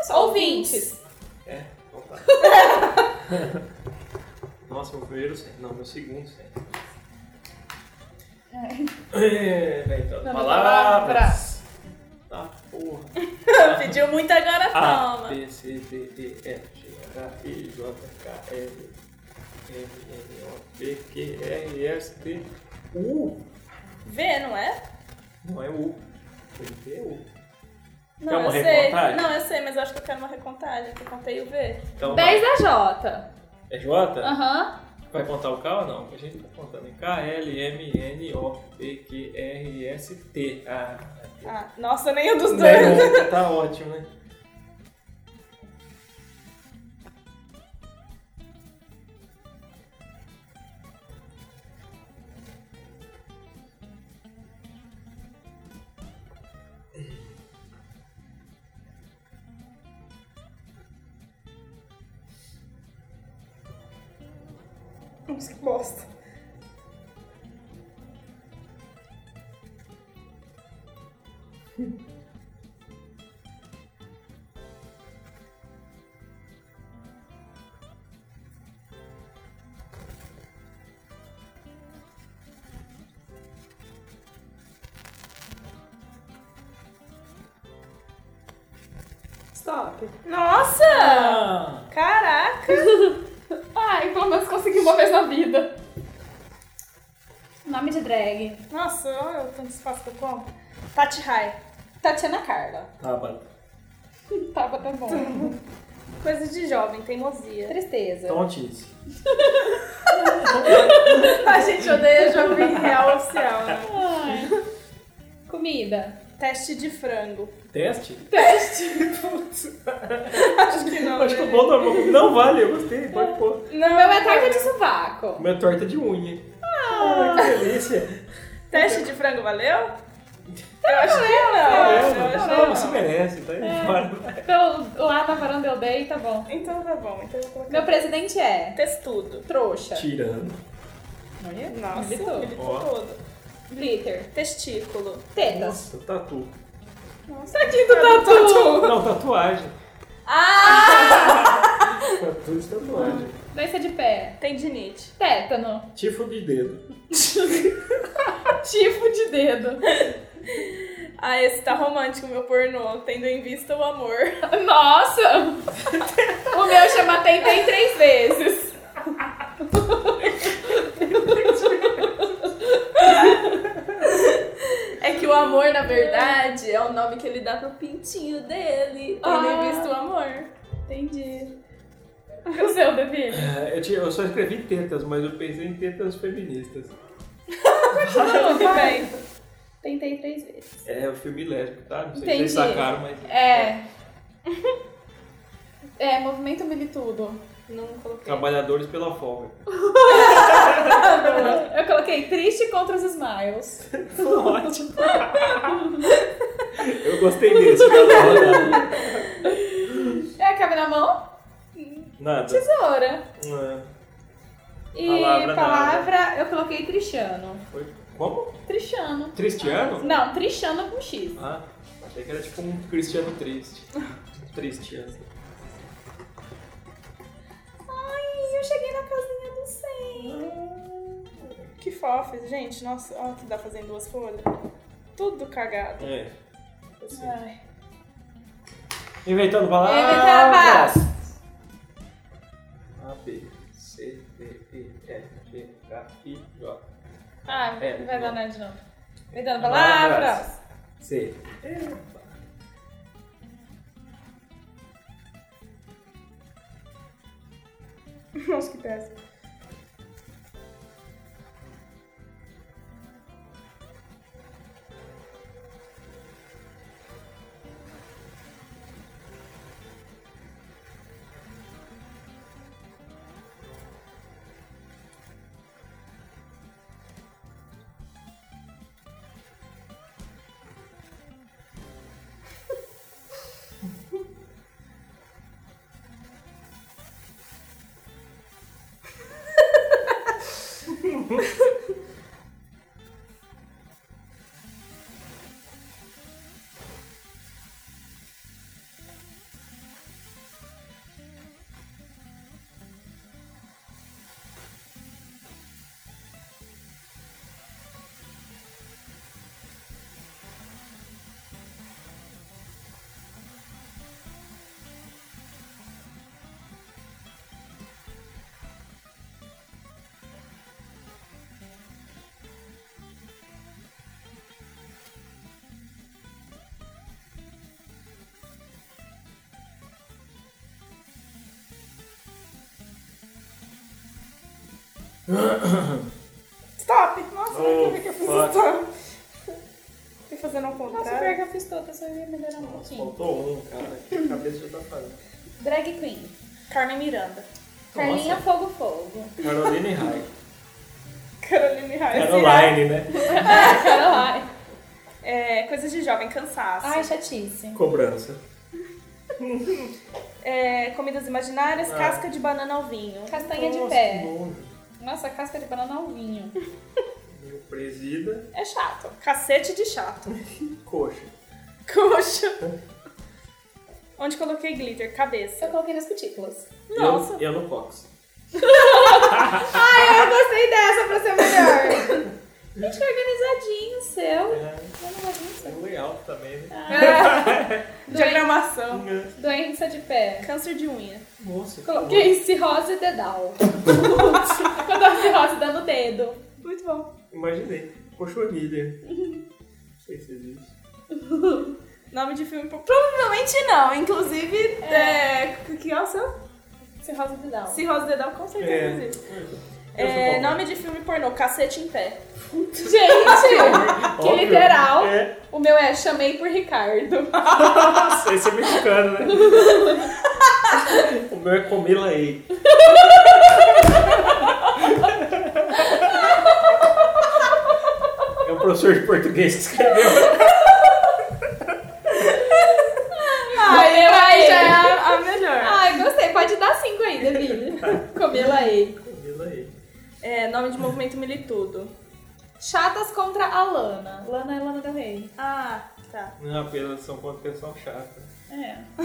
A: Ouvintes.
C: É, então tá. Nossa, meu primeiro sem. Não, meu segundo sem. É, vai então.
A: Dando
C: Palavras. Tá, porra.
B: Pediu muito
C: Ah.
B: agora,
C: A,
B: toma.
C: B, C, D, E, F, G, H, I, J, K, L, M, N, O, P, Q, R, S, T, U.
B: Vê, não é?
C: Não é U. Tem que ter U.
B: Não,
C: Quer uma
B: eu sei.
C: recontagem?
B: Não, eu sei, mas eu acho que eu quero uma recontagem, que eu contei o V.
C: Então,
A: 10 da Jota.
C: é J?
A: Aham.
C: Vai contar o K ou não? A gente tá contando em K, L, M, N, O, P, Q, R, S, T. Ah,
B: Ah, nossa, nenhum dos dois.
C: né? tá ótimo, né?
B: nomes, que bosta.
A: Stop.
B: Nossa!
C: Ah,
B: Caraca!
A: Ai, pelo menos consegui uma vez na vida. Nome de drag.
B: Nossa, olha o tanto de espaço que eu compro. Tati Rai. Tatiana Carla.
C: Tabata.
A: Tava tá bom.
B: Coisa de jovem, teimosia.
A: Tristeza.
C: Tontes.
B: A gente odeia jovem real oficial, né?
A: Ai. Comida.
B: Teste de frango.
C: Teste?
B: Tá
A: Teste.
B: Acho que não.
C: Acho que
B: né?
C: o bom não, não vale, eu gostei, pode pôr.
B: Não,
A: Meu é tarta de sovaco.
C: Minha torta de unha. Ah, que delícia.
B: Teste de frango valeu? Eu acho que não.
C: Valeu,
B: Ah, Eu acho É. que
C: É, não, você
B: não.
C: merece, tá indo embora.
A: Então, lá na varanda eu dei, tá bom.
B: Então tá bom, então eu vou colocar.
A: Meu presidente é
B: Testudo.
A: trouxa.
C: Tirando.
A: Olha,
B: Nossa,
A: militou.
B: militou
C: Ó.
B: todo.
A: Glitter.
B: Testículo.
A: Tetas.
C: Nossa, tatu.
B: Nossa, tadinho do tatu.
C: Não, tatuagem.
B: Ah!
C: Tatu e tatuagem.
A: Doença de pé.
B: Tendinite. Ah.
A: Tétano.
C: Tifo de dedo.
A: Tifo de dedo.
B: Ah, esse tá romântico, meu pornô. Tendo em vista o amor.
A: Nossa! o meu chama Tentem três vezes.
B: É que o amor, na verdade, é o nome que ele dá pro pintinho dele. Tendo
A: Ah.
B: em vista o amor.
A: Entendi. O seu, Devi?
C: Ah, Eu, tinha- eu só escrevi tetas, mas eu pensei em tetas feministas.
B: Tudo bem.
A: Tentei três vezes.
C: É o filme lésbico, tá? Não sei
A: Entendi.
C: se vocês sacaram, mas.
A: É. É, movimento militudo.
B: Não
C: Tá
B: coloquei.
C: Trabalhadores pela folga.
A: Eu coloquei triste contra os smiles.
C: Ótimo. eu gostei desse. cara.
A: É, cabe na mão,
C: Nada.
A: tesoura.
C: Ah,
A: E
C: Palavra,
A: palavra, eu coloquei trichano.
C: Foi. Como?
A: Trichano.
C: Tristiano?
A: Não, trichano com X.
C: Ah, achei que era tipo um cristiano triste. Tristiano.
B: Ai, eu cheguei na casinha do 100. Que fofo, gente. Nossa, olha que dá fazendo duas folhas. Tudo cagado.
C: É. assim.
B: Ai.
C: Inventando palavras.
A: Inventando palavras.
C: A, B, C, D, E, F, G, H, I, J.
A: Ah,
C: É,
A: não vai
C: não.
A: dar nada de novo. Me dando palavras.
C: C.
B: Nossa, que péssimo. Stop! Nossa,
C: Oh,
B: por que que eu fiz
C: fuck.
B: stop? Fui fazendo ao
A: Nossa, pior
B: contrário.
A: que eu fiz todas, só ia melhorar um pouquinho.
C: Faltou um, cara. A cabeça já tá falando.
A: Drag Queen.
B: Carmen Miranda.
A: Carlinha Fogo Fogo.
C: Caroline Raio.
B: Caroline
A: é
B: Reis.
C: Caroline, né?
A: Caroline.
B: É, coisas de jovem, cansaço.
A: Ai, chatice.
C: Cobrança. Ah.
B: É, comidas imaginárias, casca de banana ao vinho.
A: Castanha de
C: Nossa,
A: pé.
C: que nojo.
G: Nossa, casca de banana ao vinho.
C: Meu presida,
G: É chato. Cacete de chato.
C: coxa.
G: Coxa. Onde coloquei glitter? Cabeça.
A: Eu coloquei nas cutículas.
G: Nossa.
C: E eu, eu no cox.
G: Ai, eu gostei dessa pra ser melhor. Gente, que organizadinho o seu.
C: É, é um layout também,
A: Ah.
C: né?
G: Diagramação.
C: Minha-
A: Doença de pé.
G: Câncer de unha.
C: Nossa,
A: Coloquei cirrose dedal. Quando a cirrose dá no dedo.
G: Muito bom.
C: que bom. Imaginei. Cochonilha.
A: Uhum.
C: Não sei se existe.
G: Nome de filme pro...
B: Provavelmente não, inclusive, é. o que é o seu?
A: Cirrose dedal.
B: Cirrose dedal, com certeza
C: É.
B: existe.
C: Eu sou
B: É,
C: bom. né?
B: nome de filme pornô, Cacete em Pé.
A: Gente,
C: Óbvio.
A: literal.
C: É,
A: o meu é chamei por Ricardo.
C: nossa, esse é mexicano, né? o meu é Comila E. É o professor de português que escreveu.
A: Ai, eu
B: Aí já é
A: já.
B: a, a melhor.
A: Ai, gostei. Pode dar cinco ainda, Billy. Comila aí.
C: Comila E.
B: É, nome de movimento militudo.
A: Chatas contra a Lana. Lana é Lana da Rei.
B: Ah, tá.
C: Não, é apenas são contra o pessoal chato.
A: É.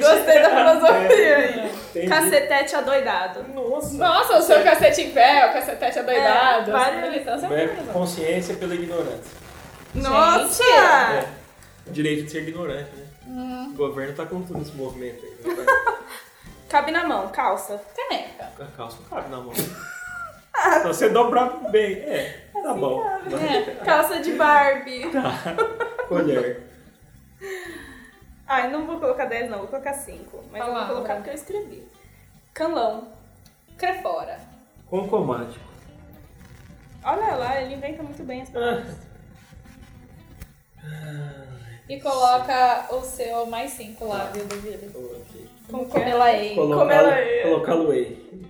B: Gostei da filosofia aí.
C: É, Entendi.
B: É. Cacetete adoidado.
C: Nossa.
A: Nossa, o seu cacete em pé, o cacetete adoidado.
B: É, várias-
A: militância
C: Não é consciência pela ignorância.
B: Nossa!
C: É. Direito de ser ignorante, né?
B: Uhum.
C: O governo tá com tudo nesse movimento aí. né?
B: Cabe na mão, calça.
A: Caneca.
C: A É calça não cabe na mão. Se você dobrar bem, é, tá bom.
A: É.
B: Calça de Barbie.
C: Colher.
B: Ai, não vou colocar 10, não, vou colocar 5. Mas eu
A: Palavra.
B: vou colocar porque eu escrevi. Canlão.
A: Crefora.
C: Concomático.
B: Olha lá, ele inventa muito bem as
C: Ah.
B: palavras.
A: E coloca o seu mais cinco lá, viu, do Billy? Como é? Comelaei.
C: Colocá-lo
B: ela é.
C: colocá-lo aí.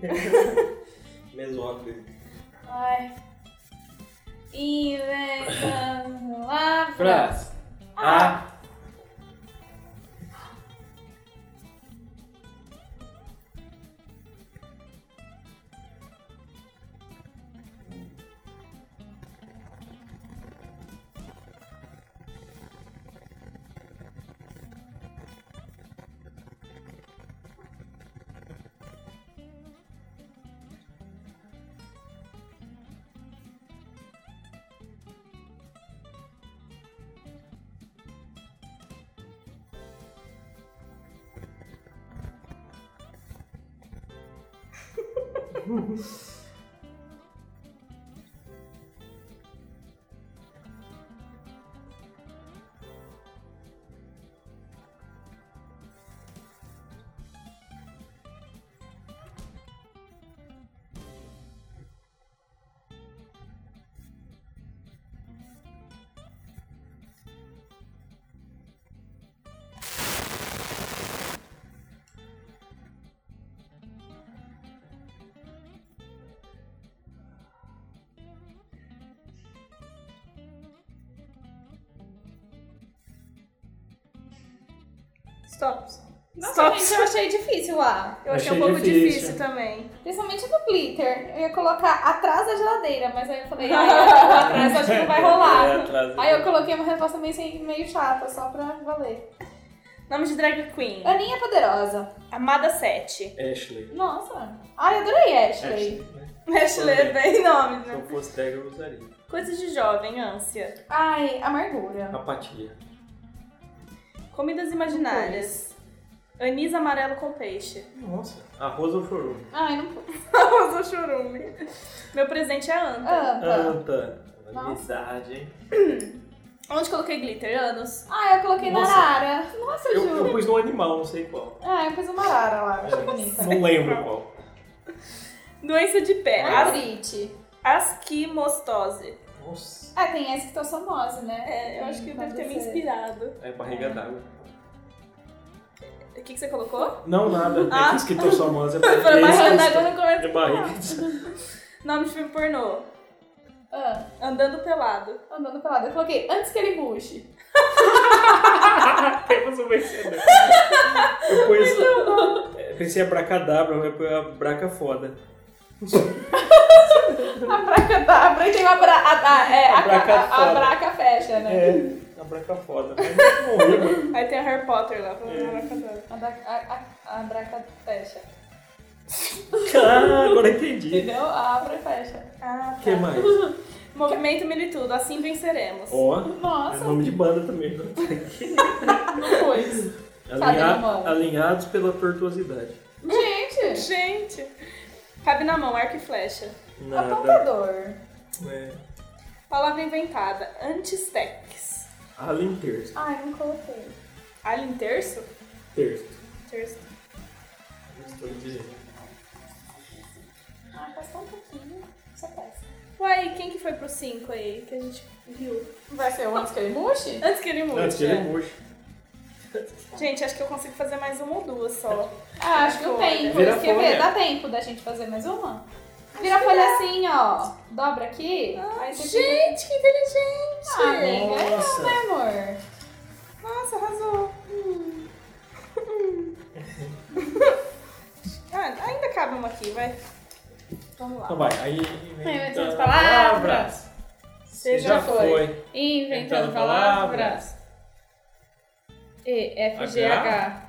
C: Mesóclise.
A: Ai. Inventando lá.
C: Frase.
A: Ah.
C: A.
B: é? Stops.
A: Nossa,
B: Stop.
A: gente, eu achei difícil lá.
B: Eu achei,
C: Achei
B: um pouco
C: difícil.
B: difícil, também.
A: Principalmente no glitter. Eu ia colocar atrás da geladeira, mas aí eu falei, ah, atrás acho que não vai
C: É,
A: rolar.
C: atrás.
A: Aí eu coloquei uma resposta meio, sem- meio chata, só pra valer.
B: Nome de drag queen.
A: Aninha Poderosa.
B: Amada 7.
C: Ashley.
A: Nossa. Ai, adorei Ashley.
C: né?
B: Ashley é bem nome,
C: Se
B: né?
C: eu fosse drag, eu usaria.
B: Coisas de jovem, ânsia.
A: Ai, amargura.
C: Apatia.
B: Comidas imaginárias. Anis amarelo com peixe.
C: Nossa. Arroz ou chorume?
A: Ai, não pude.
B: Rosa churume. Meu presente é anta.
A: Ah.
C: Ah.
A: Anta.
C: Anta.
A: Nossa.
C: Amizade, hein?
B: Onde coloquei glitter? Anos.
A: Ai, Ah, eu coloquei
C: Nossa.
A: Narara. Nossa,
C: Eu,
A: Ju.
C: eu pus no animal, não sei qual.
A: Ah, eu pus uma arara lá, achei bonita.
C: Não lembro qual.
B: Doença de pé.
A: Ah,
B: As,
A: Artrite.
B: asquimostose.
C: Nossa.
A: Ah, tem essa esquistossomose, né?
B: É, eu acho que
A: Pode
B: deve ter me
A: ser.
B: inspirado.
C: É barriga d'água.
B: O que, que você colocou?
C: Não, nada. É que
B: Ah.
C: escritor sua mãe.
B: Foi barriga d'água no
C: É
B: começo.
C: barriga.
B: Nome de filme pornô.
A: Ah,
B: Andando pelado.
A: andando pelado. Eu coloquei antes que ele murche.
C: né? Temos um vencedor. Eu pus. É, pensei abracadabra, mas foi a braca foda.
A: Abracadabra. E tem uma bra... a, a, é, a,
C: Abraca
A: a- a
C: foda.
A: braca fecha, né?
C: É, abraca foda. Mas morreu.
B: Aí tem a Harry Potter lá.
C: É.
A: A, da- a, a, a braca fecha.
C: Ah, agora entendi.
A: Entendeu? Abra e fecha.
B: Ah,
C: O que mais?
B: Movimento Militudo, assim venceremos.
C: Ó, é
A: Nossa,
C: nome de banda também, né? É.
A: pois.
C: Alinha-
A: irmão?
C: alinhados pela tortuosidade.
A: Gente,
B: Gente! Cabe na mão, arco e flecha.
C: É, Nada.
A: apontador.
C: É,
B: Palavra inventada, antistex.
C: além terço.
A: Ai, não coloquei.
B: Alien terço?
C: Terço.
B: Terço.
C: Estou dizendo.
A: Ah, faz só um pouquinho. Só peça.
B: Uai, quem que foi pro 5 aí que a gente viu?
A: Vai ser o antes que ele murche?
B: Antes que ele
C: Não,
B: mude.
C: esse é murcho.
B: Gente, acho que eu consigo fazer mais uma ou duas só.
A: Ah, acho que eu tenho. Vou
C: Vira
A: escrever.
C: folha.
A: Dá tempo da gente fazer mais uma? Vira a folha assim, ó. Dobra aqui. aí você fica-
B: Ah, Gente, que inteligente!
A: Ah, amiga, é
C: Nossa.
A: não, né, amor?
B: Nossa, arrasou. Hum. ah, ainda cabe uma aqui, vai. Vamos lá.
C: Então vai, aí
A: Aí inventando
C: inventando
A: palavras.
C: palavras.
A: Você já foi. Tá Inventando
C: Inventando
A: palavras. E, F, G, H.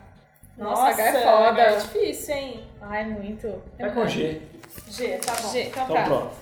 A: Nossa, H é
B: H é
A: foda.
B: difícil, hein?
A: Ai, muito.
C: Vai com G.
B: G, tá bom.
A: G, então
C: Então
A: tá.
C: pronto.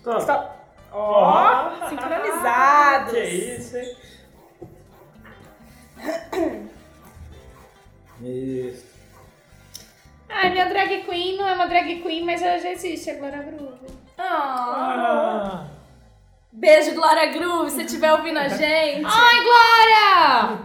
C: Stop.
B: Stop.
C: Tá. Ó,
B: Sincronizados.
C: que isso, hein? Isso.
A: Ai, minha drag queen não é uma drag queen, mas ela já existe agora, a Groove.
C: Ah,
B: Beijo, Glória Groove, se estiver ouvindo a gente.
A: Ai,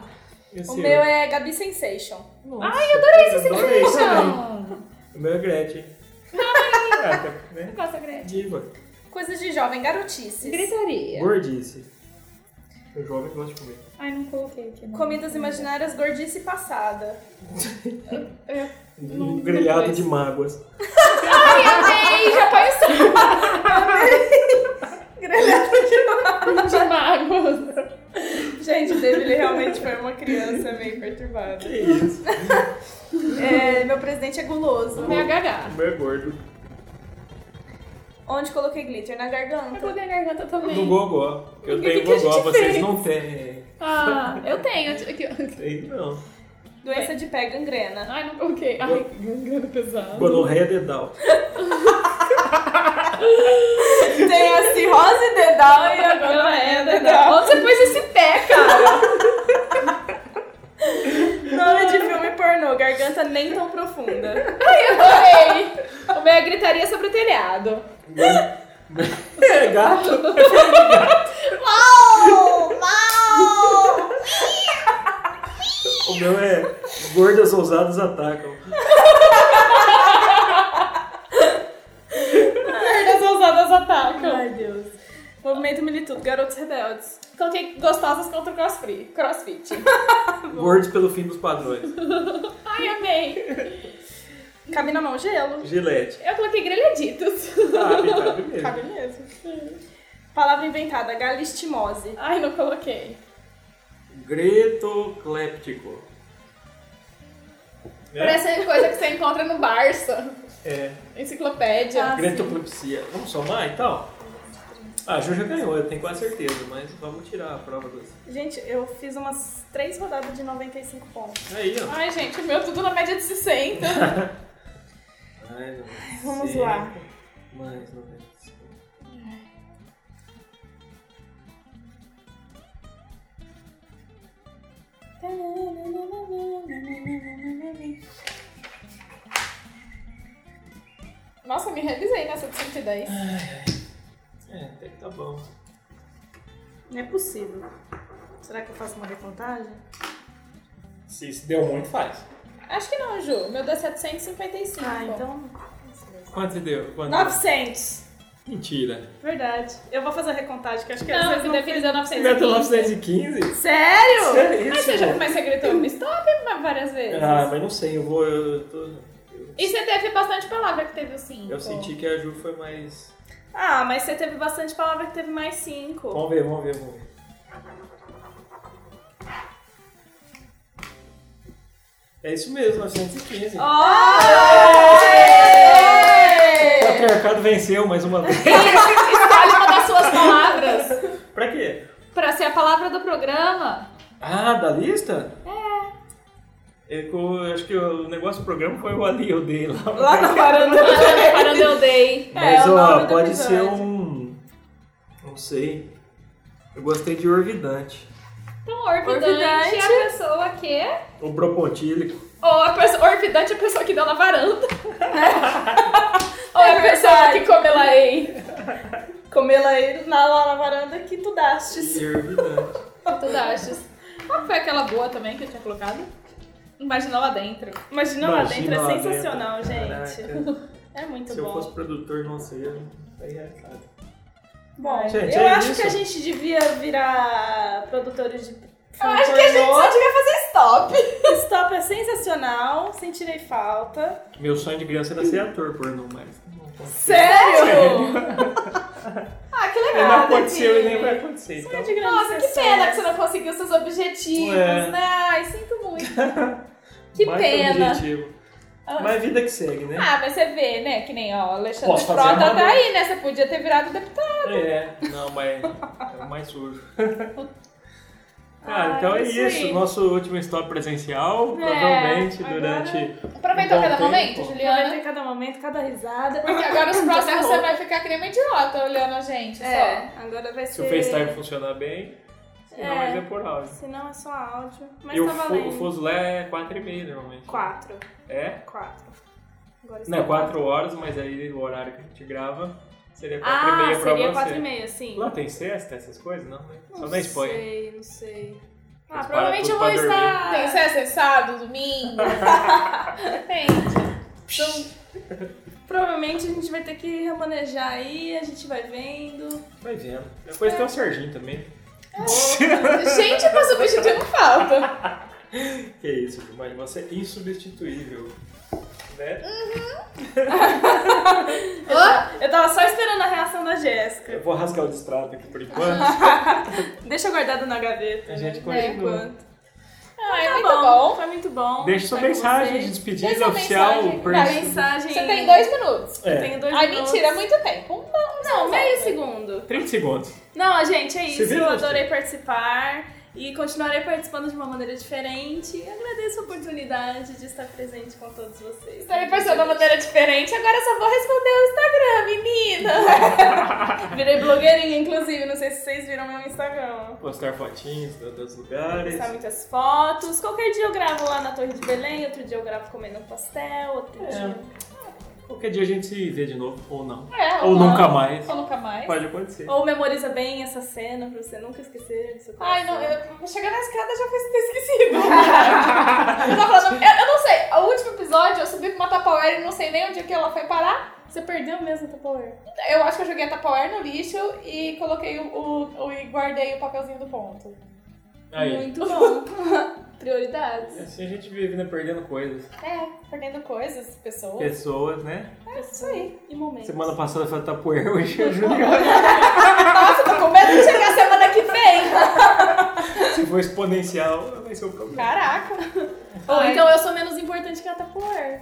A: Glória!
C: esse
B: o meu é Gabi Sensation.
C: Ai, eu adorei
A: Esse
C: adorei
A: bicho.
C: também. O meu é Gretchen. Ah, tá, né?
A: Nossa, Gretchen.
C: Diva.
B: Coisas de jovem, garotices.
A: Gritaria.
C: Gordice. O jovem gosta de comer.
A: Ai, não coloquei aqui. não.
B: Comidas imaginárias, gordice passada.
C: Um grelhado de mágoas.
A: Ai, já apareceu
B: Grelhado
A: de magos.
B: Gente, o David ele realmente foi uma criança meio perturbada.
C: Que isso.
B: É, meu presidente é guloso.
A: Meu gaga.
C: O meu é gordo.
B: Onde coloquei glitter? Na
A: Eu
B: garganta.
A: coloquei a garganta
C: No
A: também.
C: gogó. Eu
A: O que
C: tenho
A: que a
C: gogó,
A: gente
C: vocês
A: fez?
C: não têm.
A: Ah, eu tenho. Aqui, ó.
C: Tem não.
B: Doença de pé gangrena.
A: Ai, não coloquei. Ai, gangando pesado.
C: Gonorreia dedal.
B: Tem a cirrose dedal e a
A: é, Onde você pôs esse pé, cara?
B: Nome de filme pornô, garganta nem tão profunda.
A: Ai, eu adorei. O meu é gritaria sobre o telhado.
C: É gato.
B: Uau! Uau!
C: O meu é gordas ousadas atacam.
A: Perdas ousadas atacam.
B: Ai, Deus. Movimento Militudo, Garotos Rebeldes.
A: Coloquei Então, gostosas contra o crossfit. crossfit. Tá
C: Gordos pelo fim dos padrões.
A: Ai, amei.
B: Cabe na mão, gelo.
C: Gilete. Tá,
A: Eu coloquei grelhaditos.
C: Cabe, cabe
A: Tá
C: mesmo.
B: Cabe mesmo. Palavra inventada, galistimose.
A: Ai, não coloquei.
C: Gretocléptico. É.
A: Parece coisa que você encontra no Barça.
C: é.
A: Enciclopédia.
B: Ah,
C: Gretoplepsia. Vamos somar então? Ah, a Ju já ganhou, eu tenho quase certeza, mas vamos tirar a prova doce.
B: Gente, eu fiz umas três rodadas de 95 pontos.
C: Aí, ó.
B: Ai, gente, o meu tudo na média de 60.
C: Ai, não.
B: Vamos
C: sei.
B: lá.
C: Mais 95.
B: Nossa, me realizei
A: né,
B: nessa de 110.
C: É, até que tá bom.
B: Não é possível. Será que eu faço uma recontagem?
C: Se, se deu muito, faz.
A: Acho que não, Ju. Meu deu 755.
B: Ah, então.
C: Quanto você deu? Quanto?
B: 900!
C: Mentira.
B: Verdade. Eu vou fazer a recontagem, que acho que
A: Não,
B: vocês
A: você deve dar
C: Você meteu
A: 915.
C: 915? Sério
B: Sério?
A: Mas
C: isso?
A: você, já,
C: pô?
A: mas você gritou me stop várias vezes.
C: Ah, mas não sei, eu vou. Eu, tô, eu,
A: E você teve bastante palavra que teve o 5.
C: eu senti que a Ju foi mais.
B: Ah, mas você teve bastante palavra que teve mais 5.
C: Vamos ver, vamos ver, vamos ver. É isso mesmo, 915. É, O patriarcado venceu mais uma vez.
A: Escolhe uma das suas palavras
C: pra quê?
A: pra ser a palavra do programa.
C: Ah, da lista? É. que eu acho que o negócio do programa foi o ali, eu dei lá.
B: Lá na varanda.
A: tá Parando eu dei.
C: Mas
B: é o nome
C: ó,
B: do
C: pode
B: episódio.
C: ser um. Não sei. Eu gostei de orvidante.
A: Então, orvidante,
B: Orvidante.
A: é a pessoa que...
C: O propotílico.
A: Ou a pessoa... Orvidante é a pessoa que deu na varanda. Ou é a pessoa
B: verdade.
A: que come lá em...
B: Comê-la aí na, lá na varanda que tu daste.
C: E orvidante.
A: Tu achas? Qual foi aquela boa também que eu tinha colocado? Um Imagina lá dentro.
B: Imagina lá dentro, é
C: lá dentro.
B: sensacional, gente.
C: né? Caraca,
B: É muito
C: Se eu
B: bom.
C: fosse produtor, não sei. eu não faria nada.
B: Bom,
C: Gente,
B: eu
C: é
B: acho
C: isso.
B: que a gente devia virar produtores de filme Eu
A: acho que a gente só
B: devia fazer stop. Stop é sensacional, sentirei falta.
C: Meu sonho de criança era ser ator pornô, mas. não aconteceu.
B: Sério?
A: Ah, que
C: Não
A: legal.
C: aconteceu e nem
A: Didi.
C: vai acontecer. Então,
A: Nossa, que pena que você é não conseguiu seus objetivos,
C: É.
A: né? Ai, sinto muito. Que
C: mais
A: pena.
C: objetivo.
B: Ah.
C: Mas vida que segue, né?
A: Ah, mas você vê, né? Que nem, ó, o Alexandre
C: Posso fazer
A: Frota
C: armadura.
A: tá aí, né? Você podia ter virado deputado.
C: É, não, mas é o mais sujo. Ah, então é
B: isso
C: isso.
B: aí.
C: Nosso último stop presencial, provavelmente
B: É, agora-
C: durante.
A: Aproveitou
C: Bom
A: cada
C: tempo.
A: momento,
B: Aproveitei
A: Juliana.
B: cada momento, cada risada.
A: Porque agora os próximos
B: acabou.
A: você vai ficar que nem uma idiota olhando a gente
B: É, agora vai ser.
C: Se o FaceTime funcionar bem, senão
B: É.
C: mas é por áudio.
B: Se não, é só áudio. Mas
C: e o,
B: tá
C: fu-
B: valendo.
C: o Fusulé é 4h30 normalmente.
B: Quatro.
C: É?
B: Quatro. Agora
C: Não, é
B: está
C: 4 horas, mas aí o horário que a gente grava seria 4h30
B: Ah,
C: pra
B: seria
C: você.
B: quatro e meia, sim.
C: Lá tem sexta, essas coisas? Não, né? Só
B: Não
C: na Espanha.
B: sei, não sei. Ah,
C: Eles
B: provavelmente
C: param
B: eu vou
C: tudo pra
B: estar.
A: Tem sexta, sábado, domingo. Depende. Então,
B: Provavelmente a gente vai ter que remanejar aí, a gente vai vendo.
C: Vai vendo. Depois
B: É.
C: tem o Serginho também.
A: gente, pra substituir não falta.
C: Que isso, Ju, mas você é insubstituível. Né?
A: Hã?
B: Eu tava só esperando a reação da Jéssica.
C: Eu vou rasgar o distrato aqui por enquanto.
B: Ah, Deixa guardado na gaveta.
C: A gente
B: né?
C: continua.
B: Por enquanto.
A: Ah,
B: Tá
A: é muito
B: bom,
A: bom.
B: foi muito bom.
C: Deixa sua
B: estar com
C: mensagem de
B: vocês.
A: Deixa
C: despedida
A: a
C: oficial.
A: mensagem.
C: por-
B: Dá mensagem.
A: Você tem dois minutos.
B: Eu
C: É,
B: tenho dois
A: Ai,
B: minutos.
A: mentira, é muito tempo. Um não,
B: Não, meio
A: não.
B: segundo.
C: 30 segundos.
B: Não, gente, é
C: Você
B: isso.
C: viu,
B: Eu
C: Lúcia?
B: adorei participar. E continuarei participando de uma maneira diferente. E agradeço a oportunidade de estar presente com todos vocês.
A: Estarei pensando de uma maneira diferente, agora só vou responder o Instagram, menina.
B: Virei blogueirinha, inclusive. Não sei se vocês viram meu Instagram.
C: Postar fotinhos do- dos lugares.
B: postar muitas fotos. Qualquer dia eu gravo lá na Torre de Belém, outro dia eu gravo comendo um pastel, outro
C: É.
B: dia.
C: Qualquer dia a gente se vê de novo, ou não.
A: É,
C: Ou
A: não.
C: nunca mais.
A: Ou nunca mais.
C: Pode acontecer.
B: Ou memoriza bem essa cena pra você nunca esquecer do seu
A: Ai,
B: coração.
A: não, eu, chegando na escada já foi ter esquecido. eu, tava falando, eu, eu não sei, o último episódio eu subi com uma Tupperware e não sei nem onde é que ela foi parar.
B: Você perdeu mesmo o Tupperware.
A: Eu acho que eu joguei a Tupperware no lixo e coloquei o, o- o- e guardei o papelzinho do ponto.
C: Aí.
B: Muito bom. Prioridades.
C: Assim a gente vive, né? Perdendo coisas.
A: É, perdendo coisas, pessoas.
C: Pessoas, né?
A: É isso aí.
B: E momentos.
C: Semana passada foi a Tapoeira, hoje é Juliana.
A: Nossa, tô com medo de chegar semana que vem.
C: Se for exponencial, vai ser o problema.
A: Caraca.
B: Ou
A: Ai.
B: então eu sou menos importante que a Tupperware.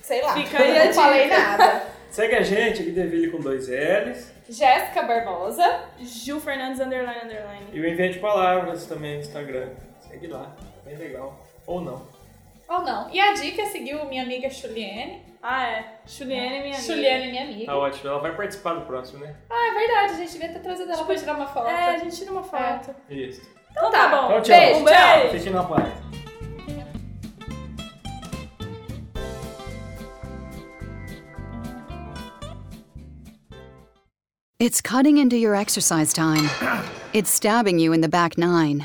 A: Sei lá.
B: Fica aí a
A: não falei nada.
C: Segue a gente, Guideville com dois L's.
A: Jéssica Barbosa.
B: Ju Fernandes Underline Underline.
C: E o Invente Palavras também no Instagram. Segue lá, tá bem legal. Ou não.
A: Ou não. E a dica seguiu minha amiga Juliane.
B: Ah, é. Juliane, minha amiga.
A: Juliane, minha amiga.
C: Tá ótimo. Ela vai participar do próximo, né?
A: Ah, é verdade. A gente devia ter trazido ela pra tirar uma foto.
B: É, a gente tira uma foto.
C: Isso.
B: Então tá bom.
C: Então, tchau.
A: Beijo,
B: Um beijo.
C: Fiquem na paz.
H: It's cutting into your exercise time. It's stabbing you in the back nine.